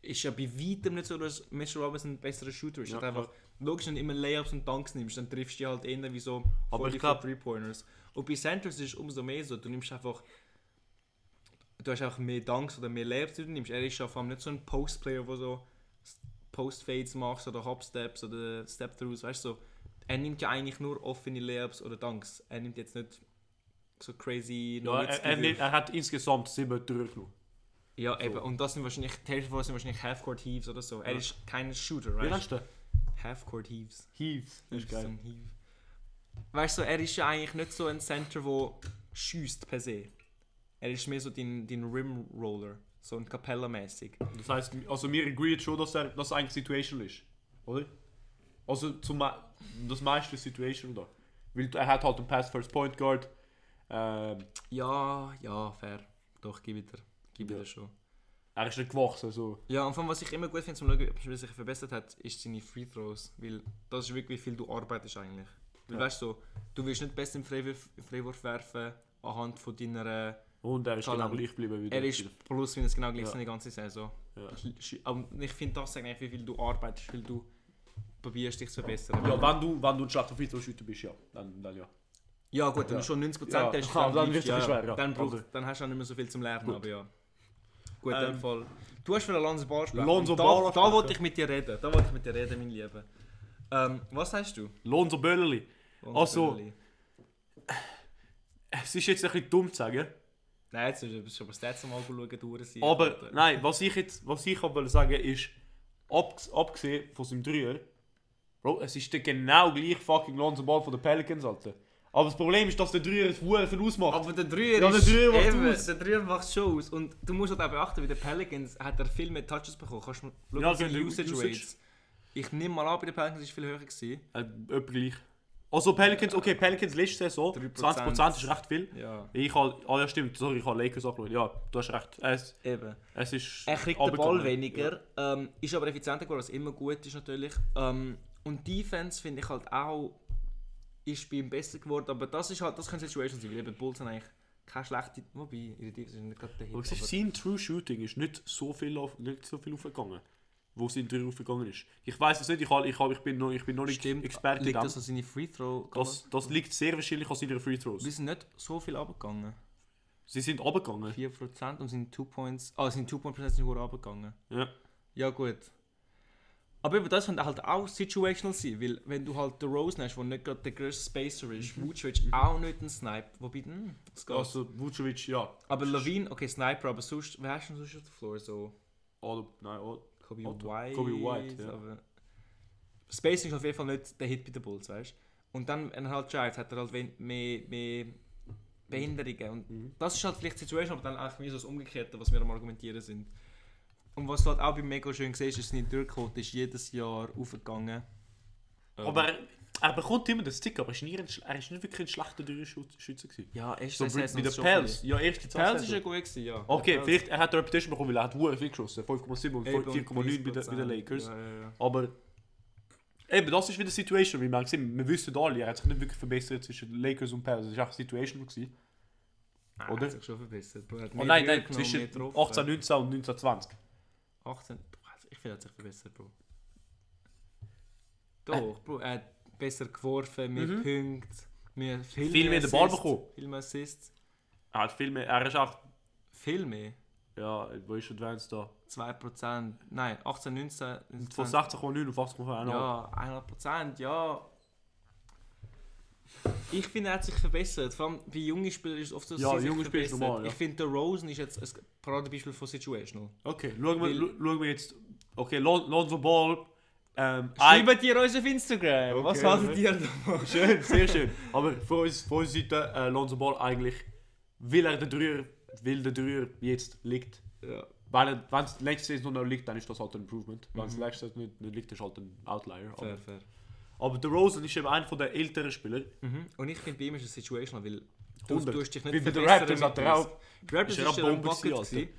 [SPEAKER 2] ist ja bei weitem nicht so, dass Mitchell Robinson ein besserer Shooter ist.
[SPEAKER 1] Ja,
[SPEAKER 2] Hat einfach, logisch, wenn du immer Layups und Dunks nimmst, dann triffst du die halt eher wie so
[SPEAKER 1] Aber ich
[SPEAKER 2] 44
[SPEAKER 1] glaub-
[SPEAKER 2] Three-Pointers. Und bei Centers ist es umso mehr so, du nimmst einfach du hast einfach mehr Dunks oder mehr Layups, die du nimmst. Er ist ja vor allem nicht so ein Post-Player, der so Post-Fades macht oder Hop-Steps oder Step-Throughs, weißt du. So. Er nimmt ja eigentlich nur offene Layups oder Dunks. Er nimmt jetzt nicht so crazy
[SPEAKER 1] Ja, er, er,
[SPEAKER 2] Nowitzki-
[SPEAKER 1] nimmt- er hat insgesamt 7 durchgenommen.
[SPEAKER 2] ja eben. Und das sind wahrscheinlich, die Hälfte von uns sind wahrscheinlich Half-Court-Heaves oder so. Er
[SPEAKER 1] Ja.
[SPEAKER 2] ist kein Shooter,
[SPEAKER 1] Wie
[SPEAKER 2] right?
[SPEAKER 1] nennst du den?
[SPEAKER 2] Half-Court-Heaves.
[SPEAKER 1] Heaves. Das ist
[SPEAKER 2] So
[SPEAKER 1] geil.
[SPEAKER 2] ein Heave. Weißt du, er ist ja eigentlich nicht so ein Center, der schießt per se. Er ist mehr so dein, dein Rim-Roller. So ein Capella-mäßig.
[SPEAKER 1] Das heißt, also wir agreeen schon, dass er das eigentlich Situation ist, oder? Also zum das meiste ist Situation da. Weil er hat halt einen Pass First Point Guard. Ähm,
[SPEAKER 2] Ja, ja, fair. Doch, gib wieder. Gib
[SPEAKER 1] Ja.
[SPEAKER 2] wieder schon.
[SPEAKER 1] er ist nicht gewachsen, also.
[SPEAKER 2] Ja, und vor allem, was ich immer gut finde, zum Schauen, ob er sich verbessert hat, ist seine Free Throws. Weil das ist wirklich, wie viel du arbeitest eigentlich. Weil
[SPEAKER 1] Ja.
[SPEAKER 2] weißt du, so, du willst nicht besser im Freiwurf, Freiwurf werfen anhand von deiner
[SPEAKER 1] Und er ist
[SPEAKER 2] Kann
[SPEAKER 1] genau
[SPEAKER 2] aber-
[SPEAKER 1] gleich geblieben wie
[SPEAKER 2] Er
[SPEAKER 1] der-
[SPEAKER 2] ist plus minus genau gleich
[SPEAKER 1] Ja.
[SPEAKER 2] seine ganze Saison.
[SPEAKER 1] Ja.
[SPEAKER 2] Aber ich finde das eigentlich, wie viel du arbeitest, wie viel du probierst dich zu verbessern.
[SPEAKER 1] Ja, wenn du, wenn du ein schlechter Freistoßschütze bist, ja. Dann, dann ja.
[SPEAKER 2] Ja, gut, wenn
[SPEAKER 1] Ja.
[SPEAKER 2] du schon 90%
[SPEAKER 1] Ja.
[SPEAKER 2] hast,
[SPEAKER 1] Ah, dann
[SPEAKER 2] bleibst
[SPEAKER 1] wird's
[SPEAKER 2] du-
[SPEAKER 1] ein bisschen schwer, ja.
[SPEAKER 2] Dann, brauch,
[SPEAKER 1] Also-
[SPEAKER 2] dann hast du auch nicht mehr so viel zum Lernen,
[SPEAKER 1] Gut.
[SPEAKER 2] aber ja. Gut, in
[SPEAKER 1] Ähm,
[SPEAKER 2] dem Fall. Du hast von Alonso Ball gesprochen.
[SPEAKER 1] Alonso
[SPEAKER 2] Und da,
[SPEAKER 1] Ball
[SPEAKER 2] Da
[SPEAKER 1] ansprechen.
[SPEAKER 2] wollte ich mit dir reden, da wollte ich mit dir reden, mein Lieber. Ähm, was hast du?
[SPEAKER 1] Lonzo Böllerli.
[SPEAKER 2] Alonso
[SPEAKER 1] Ach so.
[SPEAKER 2] Ball?
[SPEAKER 1] Es ist jetzt ein bisschen dumm zu sagen,
[SPEAKER 2] Nein, jetzt müssen wir aber das letzte Mal schauen, durch sein.
[SPEAKER 1] aber nein, was ich jetzt, was ich aber sagen ist, abg- abgesehen von seinem Dreier, Bro, es ist der genau gleich fucking Lonzo Ball von den Pelicans, Alter. Aber das Problem ist, dass der Dreier es verdammt viel ausmacht.
[SPEAKER 2] Aber der Dreier
[SPEAKER 1] Ja, der
[SPEAKER 2] ist
[SPEAKER 1] Dreier macht
[SPEAKER 2] eben,
[SPEAKER 1] aus.
[SPEAKER 2] Der Dreier macht schon aus. Und du musst halt auch beachten, wie der Pelicans hat er viel mehr Touches bekommen. Kannst du mal schauen,
[SPEAKER 1] Ja,
[SPEAKER 2] seine
[SPEAKER 1] der
[SPEAKER 2] Usage
[SPEAKER 1] Usage.
[SPEAKER 2] Rates. Ich nehme mal an, bei den Pelicans ist viel höher gewesen.
[SPEAKER 1] Äh, etwa gleich. Also Pelicans, okay, Pelicans letzte Saison,
[SPEAKER 2] 3%.
[SPEAKER 1] 20% ist recht viel.
[SPEAKER 2] Ja,
[SPEAKER 1] Ich habe, ah ja stimmt, sorry, ich habe Lakers angeschaut. Ja, du hast recht. Es,
[SPEAKER 2] eben.
[SPEAKER 1] es ist...
[SPEAKER 2] Er kriegt den Ball
[SPEAKER 1] runtergegangen. Ja.
[SPEAKER 2] weniger, ähm, ist aber effizienter geworden, was immer gut ist natürlich. Ähm, und Defense finde ich halt auch, ist bei ihm besser geworden, aber das ist halt, das könnte Situation sein, weil eben die Bulls haben eigentlich keine schlechte, wobei, ihre Defense ist nicht gerade der Hit.
[SPEAKER 1] Aber siehst,
[SPEAKER 2] aber-
[SPEAKER 1] sein True Shooting ist nicht so viel auf, nicht so viel aufgegangen, wo sein Dreier aufgegangen ist. Ich weiß es nicht, ich, hab, ich, hab, ich bin noch, ich bin noch nicht
[SPEAKER 2] Stimmt,
[SPEAKER 1] Experte in
[SPEAKER 2] liegt
[SPEAKER 1] dem.
[SPEAKER 2] das an seine Free Throw?
[SPEAKER 1] Das, das liegt sehr wahrscheinlich an seinen Free Throws.
[SPEAKER 2] Wir sind nicht so viel abgegangen.
[SPEAKER 1] Sie sind runtergegangen.
[SPEAKER 2] 4% und sind 2 Points. Ah, sind 2 Point Percentage nur abgegangen.
[SPEAKER 1] Ja.
[SPEAKER 2] Ja, gut. Aber über das könnte halt auch situational sein, weil wenn du halt den Rose hast, der nicht gerade der grösste Spacer ist, Vucevic auch nicht ein Sniper, wobei, hm, das geht.
[SPEAKER 1] Mhm. Also Vucevic, ja.
[SPEAKER 2] aber Levine, okay, Sniper, aber sonst, wer hast du denn sonst auf dem Floor? So,
[SPEAKER 1] Oder, nein, oder.
[SPEAKER 2] Kobe
[SPEAKER 1] Otto.
[SPEAKER 2] White.
[SPEAKER 1] Kobe White, ja.
[SPEAKER 2] aber... Spacing ist auf jeden Fall nicht der Hit bei den Bulls, weißt du? Und dann, wenn er halt drives, hat er halt wen- mehr, mehr Behinderungen. Und
[SPEAKER 1] Mhm.
[SPEAKER 2] das ist halt vielleicht die Situation, aber dann auch für mich so das Umgekehrte, was wir am Argumentieren sind. Und was du halt auch bei Mega schön siehst, ist, seine Durchquote ist jedes Jahr aufgegangen. Ähm,
[SPEAKER 1] Aber er, er bekommt immer den Stick, aber er ist, nie ein, schl- er ist nicht wirklich ein schlechter Dreier-Schütze gewesen.
[SPEAKER 2] Ja, erst
[SPEAKER 1] So bei, bei den Pels. Ja, erste zwei
[SPEAKER 2] Pels ist ja
[SPEAKER 1] Saison.
[SPEAKER 2] gut gewesen, ja.
[SPEAKER 1] Okay,
[SPEAKER 2] Pels-
[SPEAKER 1] vielleicht er hat die Reputation bekommen, weil er hat verdammt viel geschossen. 5,7 und
[SPEAKER 2] Eben, und
[SPEAKER 1] 4,9 bei den- bei den
[SPEAKER 2] 30%.
[SPEAKER 1] Lakers.
[SPEAKER 2] Ja, ja, ja.
[SPEAKER 1] Aber eben, das ist wieder Situation, wie man sieht. Wir wissen alle, er hat sich nicht wirklich verbessert zwischen Lakers und Pels. Das war auch eine Situation. Gewesen.
[SPEAKER 2] Ah,
[SPEAKER 1] Oder?
[SPEAKER 2] hat sich schon verbessert. Er hat
[SPEAKER 1] Und
[SPEAKER 2] mehr
[SPEAKER 1] Oh nein,
[SPEAKER 2] Würfe
[SPEAKER 1] nein,
[SPEAKER 2] genommen,
[SPEAKER 1] zwischen
[SPEAKER 2] mehr getroffen.
[SPEAKER 1] 1819 und 1920.
[SPEAKER 2] 18. Also ich finde, er hat sich verbessert, Bro. Doch, Bro, er hat besser geworfen, mehr
[SPEAKER 1] Äh. Mhm.
[SPEAKER 2] Punkte, mehr viel,
[SPEAKER 1] Viel mehr den Ball
[SPEAKER 2] Assists,
[SPEAKER 1] bekommen.
[SPEAKER 2] Viel mehr Assists,
[SPEAKER 1] Er hat viel mehr, er ist auch,
[SPEAKER 2] viel mehr.
[SPEAKER 1] ja, wo ist Advanced da?
[SPEAKER 2] 2%, nein, 18, 19,
[SPEAKER 1] Von
[SPEAKER 2] 20.
[SPEAKER 1] 16,9 auf 8,1.
[SPEAKER 2] Ja, 100%, ja. Ich finde, er hat sich verbessert. Vor allem bei jungen Spielern ist es oft so, dass
[SPEAKER 1] Ja,
[SPEAKER 2] sie sich
[SPEAKER 1] junge Spieler ist
[SPEAKER 2] verbessern.
[SPEAKER 1] normal, ja.
[SPEAKER 2] Ich finde, der Rosen ist jetzt ein Paradebeispiel von Situational.
[SPEAKER 1] Okay, schauen wir,
[SPEAKER 2] Weil-
[SPEAKER 1] schauen wir jetzt. Okay, Lon- Lonzo Ball. Ähm, ein-
[SPEAKER 2] Schreibt ihr uns auf Instagram,
[SPEAKER 1] Okay,
[SPEAKER 2] was haltet
[SPEAKER 1] okay.
[SPEAKER 2] ihr davon?
[SPEAKER 1] schön, sehr schön. Aber von, uns, von unserer Seite, äh, Lonzo Ball eigentlich, will er den Dreier, will der Dreier jetzt liegt.
[SPEAKER 2] Ja.
[SPEAKER 1] Weil wenn es nächste Saison noch liegt, dann ist das halt ein Improvement. Wenn es
[SPEAKER 2] Mhm.
[SPEAKER 1] nächste Saison nicht, nicht liegt, ist halt ein Outlier.
[SPEAKER 2] Fair,
[SPEAKER 1] Aber,
[SPEAKER 2] fair.
[SPEAKER 1] aber der Rosen ist eben einer der älteren Spieler.
[SPEAKER 2] Mhm. Und ich finde, bei ihm ist es situational, weil du,
[SPEAKER 1] 100.
[SPEAKER 2] du hast dich nicht
[SPEAKER 1] Wie bei den
[SPEAKER 2] verbessern
[SPEAKER 1] Raptors
[SPEAKER 2] mit
[SPEAKER 1] hat er
[SPEAKER 2] uns.
[SPEAKER 1] auch-
[SPEAKER 2] Die Raptors
[SPEAKER 1] halt ist er
[SPEAKER 2] ist
[SPEAKER 1] auch
[SPEAKER 2] ja ein
[SPEAKER 1] Bombe
[SPEAKER 2] Bucket
[SPEAKER 1] gewesen,
[SPEAKER 2] gewesen.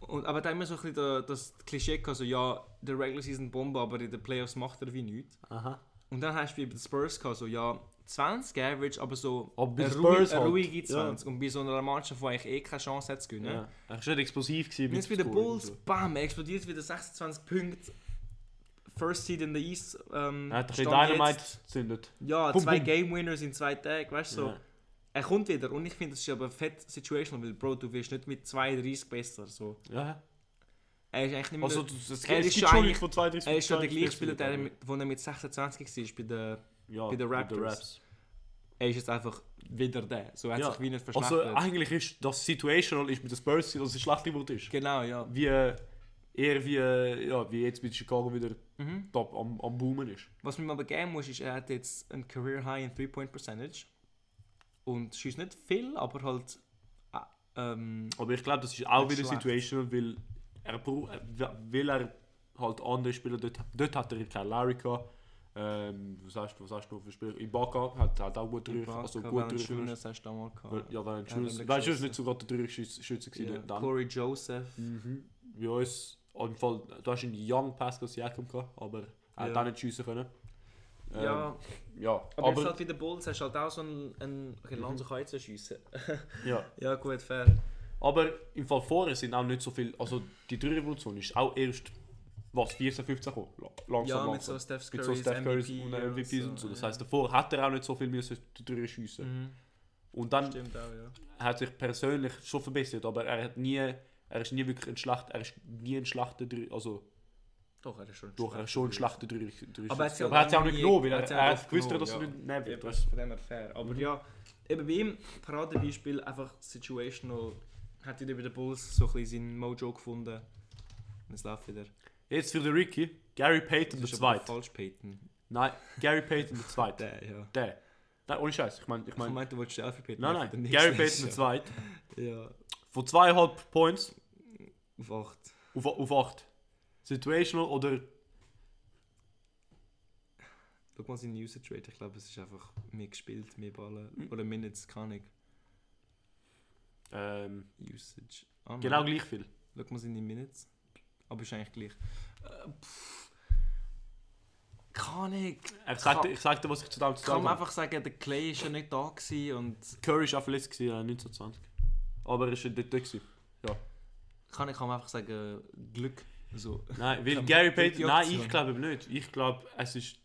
[SPEAKER 2] Und, aber da haben wir so ein bisschen da- das Klischee gehabt, so ja, der Regular Season Bombe, aber in den Playoffs macht er wie nichts.
[SPEAKER 1] Aha.
[SPEAKER 2] Und dann hast du wie bei den Spurs gehabt, so ja, 20 Average, aber so
[SPEAKER 1] Aber bei
[SPEAKER 2] eine,
[SPEAKER 1] den
[SPEAKER 2] ruhige,
[SPEAKER 1] Spurs
[SPEAKER 2] eine
[SPEAKER 1] halt.
[SPEAKER 2] ruhige
[SPEAKER 1] Ja.
[SPEAKER 2] 20. Und bei so einer Mannschaft, die eigentlich eh keine Chance hat zu
[SPEAKER 1] Ja.
[SPEAKER 2] gewinnen.
[SPEAKER 1] Er war nicht explosiv. gewesen
[SPEAKER 2] Und
[SPEAKER 1] mit
[SPEAKER 2] jetzt bei den
[SPEAKER 1] Scoring
[SPEAKER 2] Bulls,
[SPEAKER 1] und
[SPEAKER 2] bam, er explodiert wieder 26 Punkte. First Seed in the East. Ähm,
[SPEAKER 1] so. Er hat ein bisschen
[SPEAKER 2] Stand
[SPEAKER 1] Dynamite
[SPEAKER 2] jetzt.
[SPEAKER 1] gezündet.
[SPEAKER 2] Ja,
[SPEAKER 1] Bum,
[SPEAKER 2] zwei
[SPEAKER 1] bum.
[SPEAKER 2] Game Winners in zwei Tagen, weißt du so.
[SPEAKER 1] Ja.
[SPEAKER 2] Er kommt wieder und ich finde, das ist aber fett situational, weil Bro, du wirst nicht mit 32 besser. So.
[SPEAKER 1] Ja.
[SPEAKER 2] Er ist eigentlich nicht mehr
[SPEAKER 1] Also,
[SPEAKER 2] der,
[SPEAKER 1] das, das
[SPEAKER 2] Er
[SPEAKER 1] es gibt
[SPEAKER 2] ist Hm. schon
[SPEAKER 1] schon
[SPEAKER 2] eigentlich-
[SPEAKER 1] Leute von 32
[SPEAKER 2] er ist schon der
[SPEAKER 1] 32
[SPEAKER 2] gleiche Spieler, der,
[SPEAKER 1] aber-
[SPEAKER 2] mit- wo er mit 26 war. Bei der,
[SPEAKER 1] ja,
[SPEAKER 2] bei den
[SPEAKER 1] mit
[SPEAKER 2] Raptors. er ist jetzt einfach wieder der. So er hat
[SPEAKER 1] Ja.
[SPEAKER 2] sich wie nicht
[SPEAKER 1] Also,
[SPEAKER 2] verschlechtert.
[SPEAKER 1] eigentlich ist das Situational ist mit den Spurs, dass es schlecht geworden ist.
[SPEAKER 2] genau, ja.
[SPEAKER 1] Wie, äh, eher wie, äh, ja, wie jetzt mit Chicago wieder
[SPEAKER 2] Mhm.
[SPEAKER 1] top am, am Boomen ist.
[SPEAKER 2] Was man aber geben muss, ist, er hat jetzt ein Career High in 3-Point-Percentage. Und schießt nicht viel, aber halt. äh, Ähm,
[SPEAKER 1] Aber ich glaube, das ist auch
[SPEAKER 2] Nicht
[SPEAKER 1] wieder
[SPEAKER 2] schlecht.
[SPEAKER 1] situational, weil er, brau- äh, weil er halt andere Spieler dort, dort hat er keinen Larry gehabt. Ähm, was hast, was hast du für Spieler? Ibaka hat, hat auch gut drüber, also gut drüber.
[SPEAKER 2] Valentinus hast du damals gehabt.
[SPEAKER 1] Ja, wenn
[SPEAKER 2] Ja,
[SPEAKER 1] Schulz,
[SPEAKER 2] dann
[SPEAKER 1] weil Schulz
[SPEAKER 2] geschossen.
[SPEAKER 1] nicht sogar der Drüberschütze
[SPEAKER 2] Ja,
[SPEAKER 1] gewesen dann.
[SPEAKER 2] Corey Joseph.
[SPEAKER 1] Mhm. Bei uns, auf jeden Fall, du hast einen Young Pascal Siakam gehabt, aber er
[SPEAKER 2] Ja.
[SPEAKER 1] hat auch nicht schiessen können. Ähm,
[SPEAKER 2] ja,
[SPEAKER 1] ja.
[SPEAKER 2] aber, jetzt
[SPEAKER 1] aber Mhm.
[SPEAKER 2] halt wie der Bulls, hast du halt auch so einen, einen okay, Lonzo kann jetzt schiessen.
[SPEAKER 1] ja.
[SPEAKER 2] Ja, gut, fair.
[SPEAKER 1] Aber im Fall vorher sind auch nicht so viel. Also die dritte Revolution ist auch erst was 14, 15 gekommen. La- Langsam,
[SPEAKER 2] Ja,
[SPEAKER 1] langsam.
[SPEAKER 2] mit so Steph
[SPEAKER 1] mit so
[SPEAKER 2] Curry's
[SPEAKER 1] Steph Currys
[SPEAKER 2] MVP
[SPEAKER 1] und MVPs und so. Das heisst, davor hat er auch nicht so viel müssen drüber schiessen.
[SPEAKER 2] Mhm.
[SPEAKER 1] Und dann
[SPEAKER 2] Stimmt auch, ja.
[SPEAKER 1] hat sich persönlich schon verbessert, aber er hat nie, er ist nie wirklich ein Schlacht, er ist nie ein Schlachter drüber, also
[SPEAKER 2] Doch, er ist schon
[SPEAKER 1] doch, er ist schon ein Schlachter drüber. drüber
[SPEAKER 2] Aber er hat
[SPEAKER 1] schiessen.
[SPEAKER 2] sie
[SPEAKER 1] aber er hat es auch
[SPEAKER 2] nie-
[SPEAKER 1] nicht genommen, weil
[SPEAKER 2] er
[SPEAKER 1] er,
[SPEAKER 2] hat sie
[SPEAKER 1] er
[SPEAKER 2] einfach
[SPEAKER 1] hat gewusst,
[SPEAKER 2] genommen,
[SPEAKER 1] dass er
[SPEAKER 2] ja.
[SPEAKER 1] nicht nehmen
[SPEAKER 2] Eben,
[SPEAKER 1] wird.
[SPEAKER 2] das ist von dem her fair.
[SPEAKER 1] Mhm.
[SPEAKER 2] Aber ja, eben bei ihm, Paradebeispiel, einfach situational, hat wieder bei den Bulls so ein bisschen seinen Mojo gefunden. Und es läuft wieder.
[SPEAKER 1] Jetzt für den Ricky, Gary Payton der
[SPEAKER 2] Das ist aber
[SPEAKER 1] Zweite.
[SPEAKER 2] falsch, Peyton.
[SPEAKER 1] Nein, Gary Payton der Zweite.
[SPEAKER 2] Der, ja.
[SPEAKER 1] Der. Nein, ohne Scheiß, ich meine, ich
[SPEAKER 2] Ich
[SPEAKER 1] meine,
[SPEAKER 2] meinte, du wolltest Alfie Peyton.
[SPEAKER 1] nein, nein, Gary Payton der Zweite.
[SPEAKER 2] Ja,
[SPEAKER 1] Von zweieinhalb Points
[SPEAKER 2] auf 8.
[SPEAKER 1] auf, auf acht. Situational oder
[SPEAKER 2] Schau mal seinen Usage Rate, ich glaube, es ist einfach mehr gespielt, mehr
[SPEAKER 1] Mhm.
[SPEAKER 2] Ballen. Oder Minutes, kann ich.
[SPEAKER 1] ähm,
[SPEAKER 2] Mhm. Usage. Ah, nein.
[SPEAKER 1] genau gleich viel.
[SPEAKER 2] Schau mal seine Minutes. Aber ist eigentlich gleich. Äh, pff. Kann ich.
[SPEAKER 1] Ich sagte, ich sagte, was ich zu dem zu
[SPEAKER 2] Kann
[SPEAKER 1] sagen
[SPEAKER 2] man
[SPEAKER 1] habe.
[SPEAKER 2] einfach sagen, der Clay ist ja nicht da gewesen und
[SPEAKER 1] Curry war auch verletzt gewesen, äh, 1920. Aber er war dort gewesen.
[SPEAKER 2] kann ich kann man einfach sagen, Glück. Also, So.
[SPEAKER 1] Nein, weil
[SPEAKER 2] Kann-
[SPEAKER 1] Gary
[SPEAKER 2] gibt die
[SPEAKER 1] Payton. Nein,
[SPEAKER 2] Option?
[SPEAKER 1] ich glaube eben nicht. Ich glaube, es ist.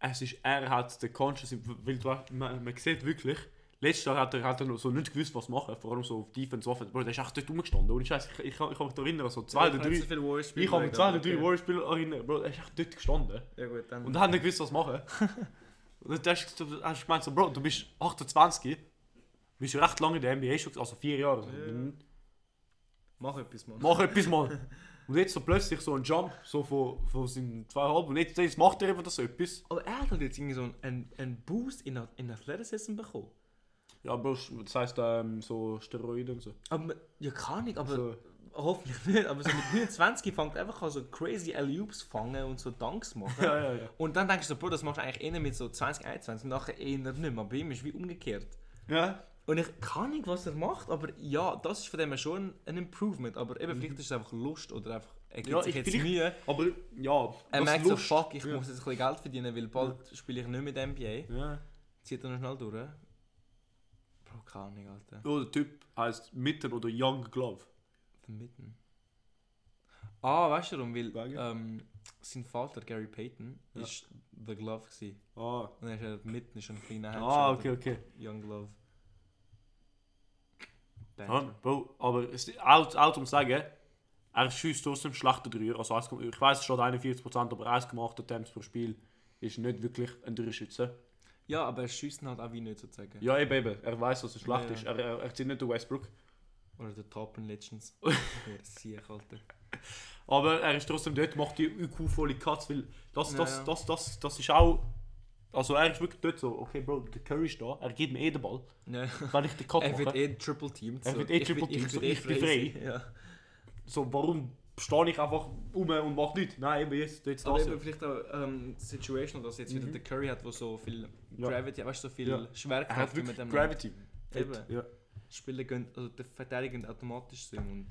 [SPEAKER 1] Es ist. Er hat den Conscious. Weil du, man, man sieht wirklich. Letztes Jahr hat er, hat er noch so nicht gewusst, was machen. Vor allem so auf Defense, Offense. Bro, der ist echt dort rumgestanden. Ohne Scheiß. Ich, ich, kann- ich kann mich da erinnern, so zwei oder drei. Ich kann mich zwei oder drei Warriors-Spieler erinnern. Bro, er ist echt dort gestanden.
[SPEAKER 2] Ja gut, dann.
[SPEAKER 1] Und er hat nicht gewusst, was machen. Und dann hast du hast du gemeint, so, Bro, du bist 28. Du bist ja recht lange in der NBA schon. Also vier Jahre. Mhm.
[SPEAKER 2] Ja. mach etwas, Mann.
[SPEAKER 1] Mach etwas mal. Und jetzt so plötzlich so ein Jump, so von, von seinem 2,5 und jetzt, jetzt macht er eben das etwas.
[SPEAKER 2] Aber er hat halt jetzt irgendwie so einen, einen, einen Boost in, Ath- in Athleticism bekommen.
[SPEAKER 1] Ja, Bro, das heisst ähm, so Steroide und so.
[SPEAKER 2] Aber man- ja kann ich, aber
[SPEAKER 1] So.
[SPEAKER 2] hoffentlich nicht. Aber so mit 29 fängt einfach an so crazy Alley-Oops fangen und so Dunks machen.
[SPEAKER 1] Ja, ja, ja.
[SPEAKER 2] Und dann denkst du, so, Bro, das machst du eigentlich eher mit so 20, 21 und nachher eher nicht mehr. Aber Bei ihm ist wie umgekehrt.
[SPEAKER 1] Ja?
[SPEAKER 2] Und ich kann nicht, was er macht, aber ja, das ist von dem her schon ein Improvement. Aber eben, vielleicht ist es einfach Lust oder einfach, er gibt
[SPEAKER 1] Mhm. Ja,
[SPEAKER 2] sich
[SPEAKER 1] ich-
[SPEAKER 2] jetzt
[SPEAKER 1] vielleicht-
[SPEAKER 2] Mühe.
[SPEAKER 1] Aber ja,
[SPEAKER 2] Er merkt so, fuck, ich
[SPEAKER 1] Ja.
[SPEAKER 2] muss jetzt ein bisschen Geld verdienen, weil bald spiele ich nicht mit NBA.
[SPEAKER 1] Ja.
[SPEAKER 2] Zieht er noch schnell durch. Bro, keine Ahnung, Alter.
[SPEAKER 1] Oh, der Typ heisst Mitten oder Young Glove.
[SPEAKER 2] Vermitten. Ah, weißt du warum? Weil
[SPEAKER 1] Wegen?
[SPEAKER 2] ähm, sein Vater, Gary Payton,
[SPEAKER 1] Ja.
[SPEAKER 2] ist The Glove. Gewesen.
[SPEAKER 1] Ah,
[SPEAKER 2] Und er ist halt mitten schon ein kleiner
[SPEAKER 1] ah
[SPEAKER 2] Headshot.
[SPEAKER 1] okay, okay.
[SPEAKER 2] Young Glove.
[SPEAKER 1] Ja,
[SPEAKER 2] Banter.
[SPEAKER 1] Bro, aber es ist auch, auch um zu sagen, er schießt trotzdem schlechter Dreier. Also 1,8 ich weiß, es steht 41%, aber 1,8 Attempts pro Spiel ist nicht wirklich ein Dreierschütze.
[SPEAKER 2] Ja, aber er schießt ihn halt auch wie nicht sozusagen.
[SPEAKER 1] Ja, eben, eben. Er weiß, dass er schlecht
[SPEAKER 2] Ja.
[SPEAKER 1] ist. Er, er, er zieht nicht den Westbrook.
[SPEAKER 2] Oder der Toppen letztens. Der Sieg, Alter.
[SPEAKER 1] Aber er ist trotzdem dort, macht die IQ-volle Cuts, weil das,
[SPEAKER 2] Ja,
[SPEAKER 1] das,
[SPEAKER 2] ja.
[SPEAKER 1] das, das, das ist auch. Also er ist wirklich dort so, okay, Bro, der Curry ist da, er gibt mir eh den Ball,
[SPEAKER 2] Ja.
[SPEAKER 1] wenn ich den Cut
[SPEAKER 2] Er wird
[SPEAKER 1] mache.
[SPEAKER 2] eh triple teamed.
[SPEAKER 1] Er wird eh triple-teamed, so, ich bin frei.
[SPEAKER 2] Ja. eh-
[SPEAKER 1] So, warum stehe ich einfach um und mache nichts? Nein, eben jetzt, jetzt
[SPEAKER 2] Aber
[SPEAKER 1] das.
[SPEAKER 2] eben
[SPEAKER 1] Ja.
[SPEAKER 2] vielleicht auch ähm, Situational, dass jetzt wieder der Curry hat, wo so viel
[SPEAKER 1] Ja.
[SPEAKER 2] Gravity, weißt du, so viel
[SPEAKER 1] Ja.
[SPEAKER 2] Schwerkraft
[SPEAKER 1] Er hat wirklich
[SPEAKER 2] mit dem
[SPEAKER 1] Gravity.
[SPEAKER 2] Eben.
[SPEAKER 1] Ja.
[SPEAKER 2] Spieler gehen, also die Verteidiger gehen automatisch sind und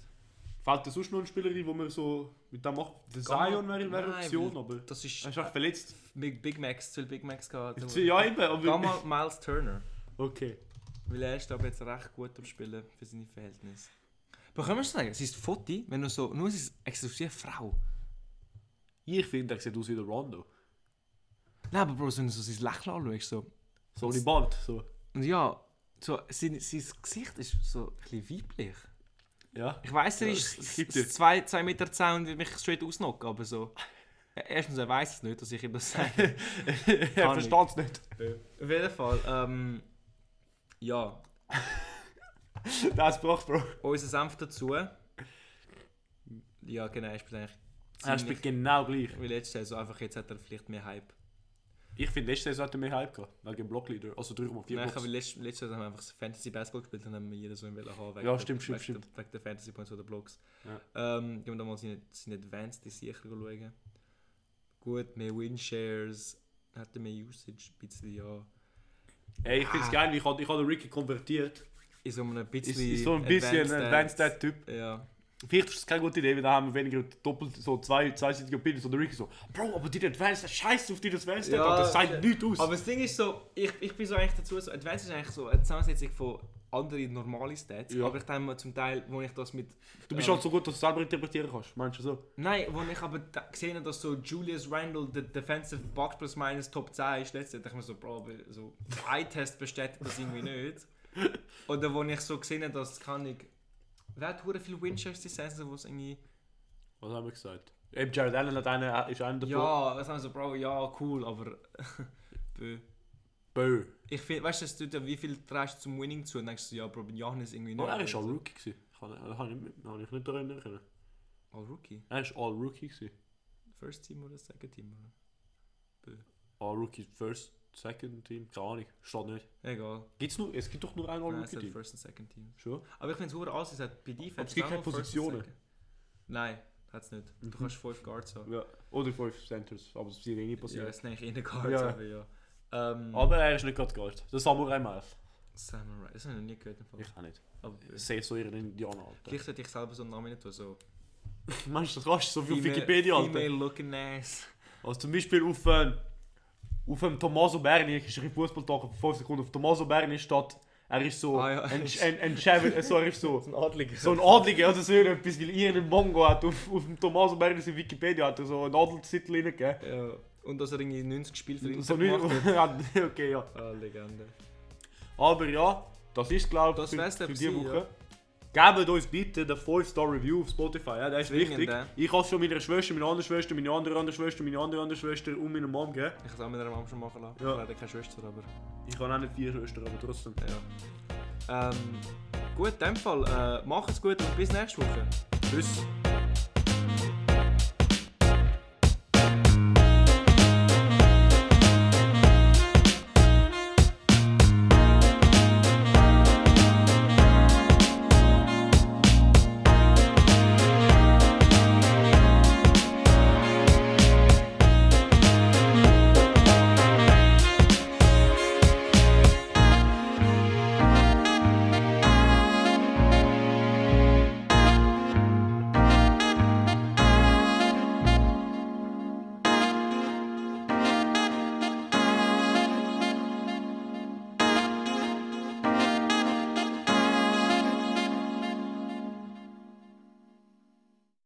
[SPEAKER 1] Fällt dir sonst noch eine Spielerin, die man so mit dem macht? Der Zion wäre wäre eine
[SPEAKER 2] Nein,
[SPEAKER 1] Option,
[SPEAKER 2] weil
[SPEAKER 1] aber.
[SPEAKER 2] das
[SPEAKER 1] Er
[SPEAKER 2] ist
[SPEAKER 1] ist einfach verletzt.
[SPEAKER 2] mit Big Macs, zu viel Big Macs gehabt.
[SPEAKER 1] Ja, eben, aber.
[SPEAKER 2] Gamma Miles Turner,
[SPEAKER 1] Okay.
[SPEAKER 2] weil er ist aber jetzt recht gut am Spielen für seine Verhältnisse. Aber können wir schon sagen, es ist Foto, wenn du so, nur es ist exklusiv Frau.
[SPEAKER 1] Ich finde, er sieht aus wie der Rondo.
[SPEAKER 2] Nein, aber Bro, wenn du so sein Lächeln anschaust, so.
[SPEAKER 1] So die Band, so.
[SPEAKER 2] Und ja, so, sein, sein Gesicht ist so ein bisschen weiblich.
[SPEAKER 1] Ja.
[SPEAKER 2] Ich weiss, er
[SPEAKER 1] Ja,
[SPEAKER 2] ist
[SPEAKER 1] es gibt ja.
[SPEAKER 2] 2 zwei, Meter zehn und wird mich straight ausnocken, aber so. E-, Erstens, er weiss es nicht, dass ich ihm das sage.
[SPEAKER 1] er versteht es nicht.
[SPEAKER 2] Auf jeden Fall, ähm, ja,
[SPEAKER 1] Das braucht, Bro.
[SPEAKER 2] unser Senf dazu. Ja, genau, ich bin eigentlich
[SPEAKER 1] Er spielt genau gleich.
[SPEAKER 2] wie letztes Jahr, so einfach jetzt hat er vielleicht mehr Hype.
[SPEAKER 1] Ich finde, letzte Saison hat er mehr Hype gehabt. Wegen Blockleader. Also 3,4
[SPEAKER 2] Nein, ich
[SPEAKER 1] Blocks.
[SPEAKER 2] habe letztes, letztes Jahr haben wir einfach so Fantasy Basketball gespielt und haben wir jeder so einen Welle haben.
[SPEAKER 1] Ja,
[SPEAKER 2] der-
[SPEAKER 1] stimmt, stimmt,
[SPEAKER 2] wegen
[SPEAKER 1] stimmt.
[SPEAKER 2] Der, wegen der Fantasy Points oder Blocks. Ähm, gehen wir da mal seine, seine Advanced sicher schauen. Gut, mehr Winshares, hat er mehr Usage, ein bisschen ja.
[SPEAKER 1] Ey, ich finde es
[SPEAKER 2] Ah.
[SPEAKER 1] geil. Ich habe ich hab den Ricky konvertiert.
[SPEAKER 2] Ist so ein bisschen.
[SPEAKER 1] Ist, ist so ein bisschen ein
[SPEAKER 2] Advanced
[SPEAKER 1] Advanced Typ.
[SPEAKER 2] Stats. Ja.
[SPEAKER 1] Vielleicht ist es keine gute Idee, weil da haben wir weniger doppelt so zwei, zweiseitige Opinions. Und der Ricky so, Bro, aber die Advanced, scheiß auf die Advanced,
[SPEAKER 2] Ja,
[SPEAKER 1] das sagt
[SPEAKER 2] shit.
[SPEAKER 1] nichts aus.
[SPEAKER 2] Aber das Ding ist so, ich, ich bin so eigentlich dazu, so, Advanced ist eigentlich so eine Zusammensetzung von anderen normalen Stats,
[SPEAKER 1] Ja.
[SPEAKER 2] aber ich denke mal zum Teil, wo ich das mit...
[SPEAKER 1] du bist
[SPEAKER 2] ähm,
[SPEAKER 1] schon so gut, dass du es selber interpretieren kannst, meinst du so?
[SPEAKER 2] Nein, wo ich aber da- gesehen habe, dass so Julius Randle der Defensive Box Plus Minus Top 10 ist letztes Jahr, dachte ich mir so, Bro, aber so Eye-Test bestätigt das irgendwie nicht. Oder wo ich so gesehen habe, dass, kann ich... Wer hat hure viele Winchers die Saison, wo es irgendwie...
[SPEAKER 1] Was haben wir gesagt? Eben Jared Allen hat einen, äh, ist einer davon.
[SPEAKER 2] Ja, das haben so, Bro, ja, cool, aber... Bö.
[SPEAKER 1] Bö.
[SPEAKER 2] Ich finde, weißt du, es tut ja, wie viel trägst du zum Winning zu und denkst du, ja, Bro, Janis irgendwie
[SPEAKER 1] Oh,
[SPEAKER 2] nicht.
[SPEAKER 1] er war
[SPEAKER 2] Also-
[SPEAKER 1] All-Rookie. gewesen. Ich kann- äh, kann ich nicht- kann ich nicht daran erinnern.
[SPEAKER 2] Oh, Rookie.
[SPEAKER 1] Er war All-Rookie. gewesen.
[SPEAKER 2] First Team oder Second Team? Oder?
[SPEAKER 1] All-Rookie, First, Second Team, keine Ahnung, steht nicht.
[SPEAKER 2] Egal.
[SPEAKER 1] Gibt's nur, es gibt doch nur ein
[SPEAKER 2] Nein, es hat
[SPEAKER 1] All-Rookie-Team.
[SPEAKER 2] First und Second Team.
[SPEAKER 1] Schon?
[SPEAKER 2] Aber ich finde es alles, es hat bei Defense.
[SPEAKER 1] Aber es gibt
[SPEAKER 2] auch
[SPEAKER 1] keine
[SPEAKER 2] noch First und
[SPEAKER 1] Positionen. Mhm.
[SPEAKER 2] Second. Nein, hat es nicht. Du kannst 5 Guards haben.
[SPEAKER 1] Ja. Oder 5 Centers, aber es sind eh nicht
[SPEAKER 2] Ja,
[SPEAKER 1] passiert.
[SPEAKER 2] es sind eigentlich in Guards,
[SPEAKER 1] Ja.
[SPEAKER 2] aber ja. Ähm,
[SPEAKER 1] Aber er ist nicht gerade geholt. Das Samurai Miles.
[SPEAKER 2] Samurai, das habe ich noch nie gehört. im Fall.
[SPEAKER 1] Ich auch nicht.
[SPEAKER 2] Aber
[SPEAKER 1] Ich sehe so ihren Indianer, Alter.
[SPEAKER 2] vielleicht sollte ich selber so einen Namen nicht tun. So.
[SPEAKER 1] Meinst du, das kannst du so wie auf
[SPEAKER 2] Female-
[SPEAKER 1] Wikipedia, Alter?
[SPEAKER 2] Female looking ass.
[SPEAKER 1] Also zum Beispiel auf, ähm, auf dem Tommaso Berni, ich schreibe Fußballtag auf 5 Sekunden, auf Tommaso Berni steht, er ist so
[SPEAKER 2] Ah, ja.
[SPEAKER 1] ein, ein, ein Chevy, äh, so, er ist so,
[SPEAKER 2] ein Adliger.
[SPEAKER 1] so ein Adliger oder so irgendetwas, weil irgendein Mongo hat auf, auf dem Tommaso Berni in Wikipedia hat er so einen Adelstitel reingegeben.
[SPEAKER 2] Ja. Und dass er irgendwie 90 Spiele für ihn
[SPEAKER 1] So nicht,
[SPEAKER 2] gemacht hat.
[SPEAKER 1] okay, ja.
[SPEAKER 2] Ah, Legende.
[SPEAKER 1] Aber ja, das ist glaube ich
[SPEAKER 2] Das
[SPEAKER 1] für,
[SPEAKER 2] wär's
[SPEAKER 1] für
[SPEAKER 2] dann
[SPEAKER 1] diese
[SPEAKER 2] gewesen,
[SPEAKER 1] Woche. Gebt uns bitte den 5-Star-Review auf Spotify, ja, das ist
[SPEAKER 2] Zwingend,
[SPEAKER 1] wichtig.
[SPEAKER 2] ja.
[SPEAKER 1] Ich habe es schon meiner Schwester, meiner anderen Schwester, meiner anderen anderen Schwester, meiner anderen anderen Schwester und meiner Mom gegeben.
[SPEAKER 2] Ich habe es auch mit einer Mom schon machen lassen.
[SPEAKER 1] Ja.
[SPEAKER 2] Ich habe keine Schwester, aber.
[SPEAKER 1] Ich habe auch nicht vier Schwestern, aber trotzdem.
[SPEAKER 2] Ja. Ähm, gut, in dem Fall, äh, mach es gut und bis nächste Woche.
[SPEAKER 1] Tschüss.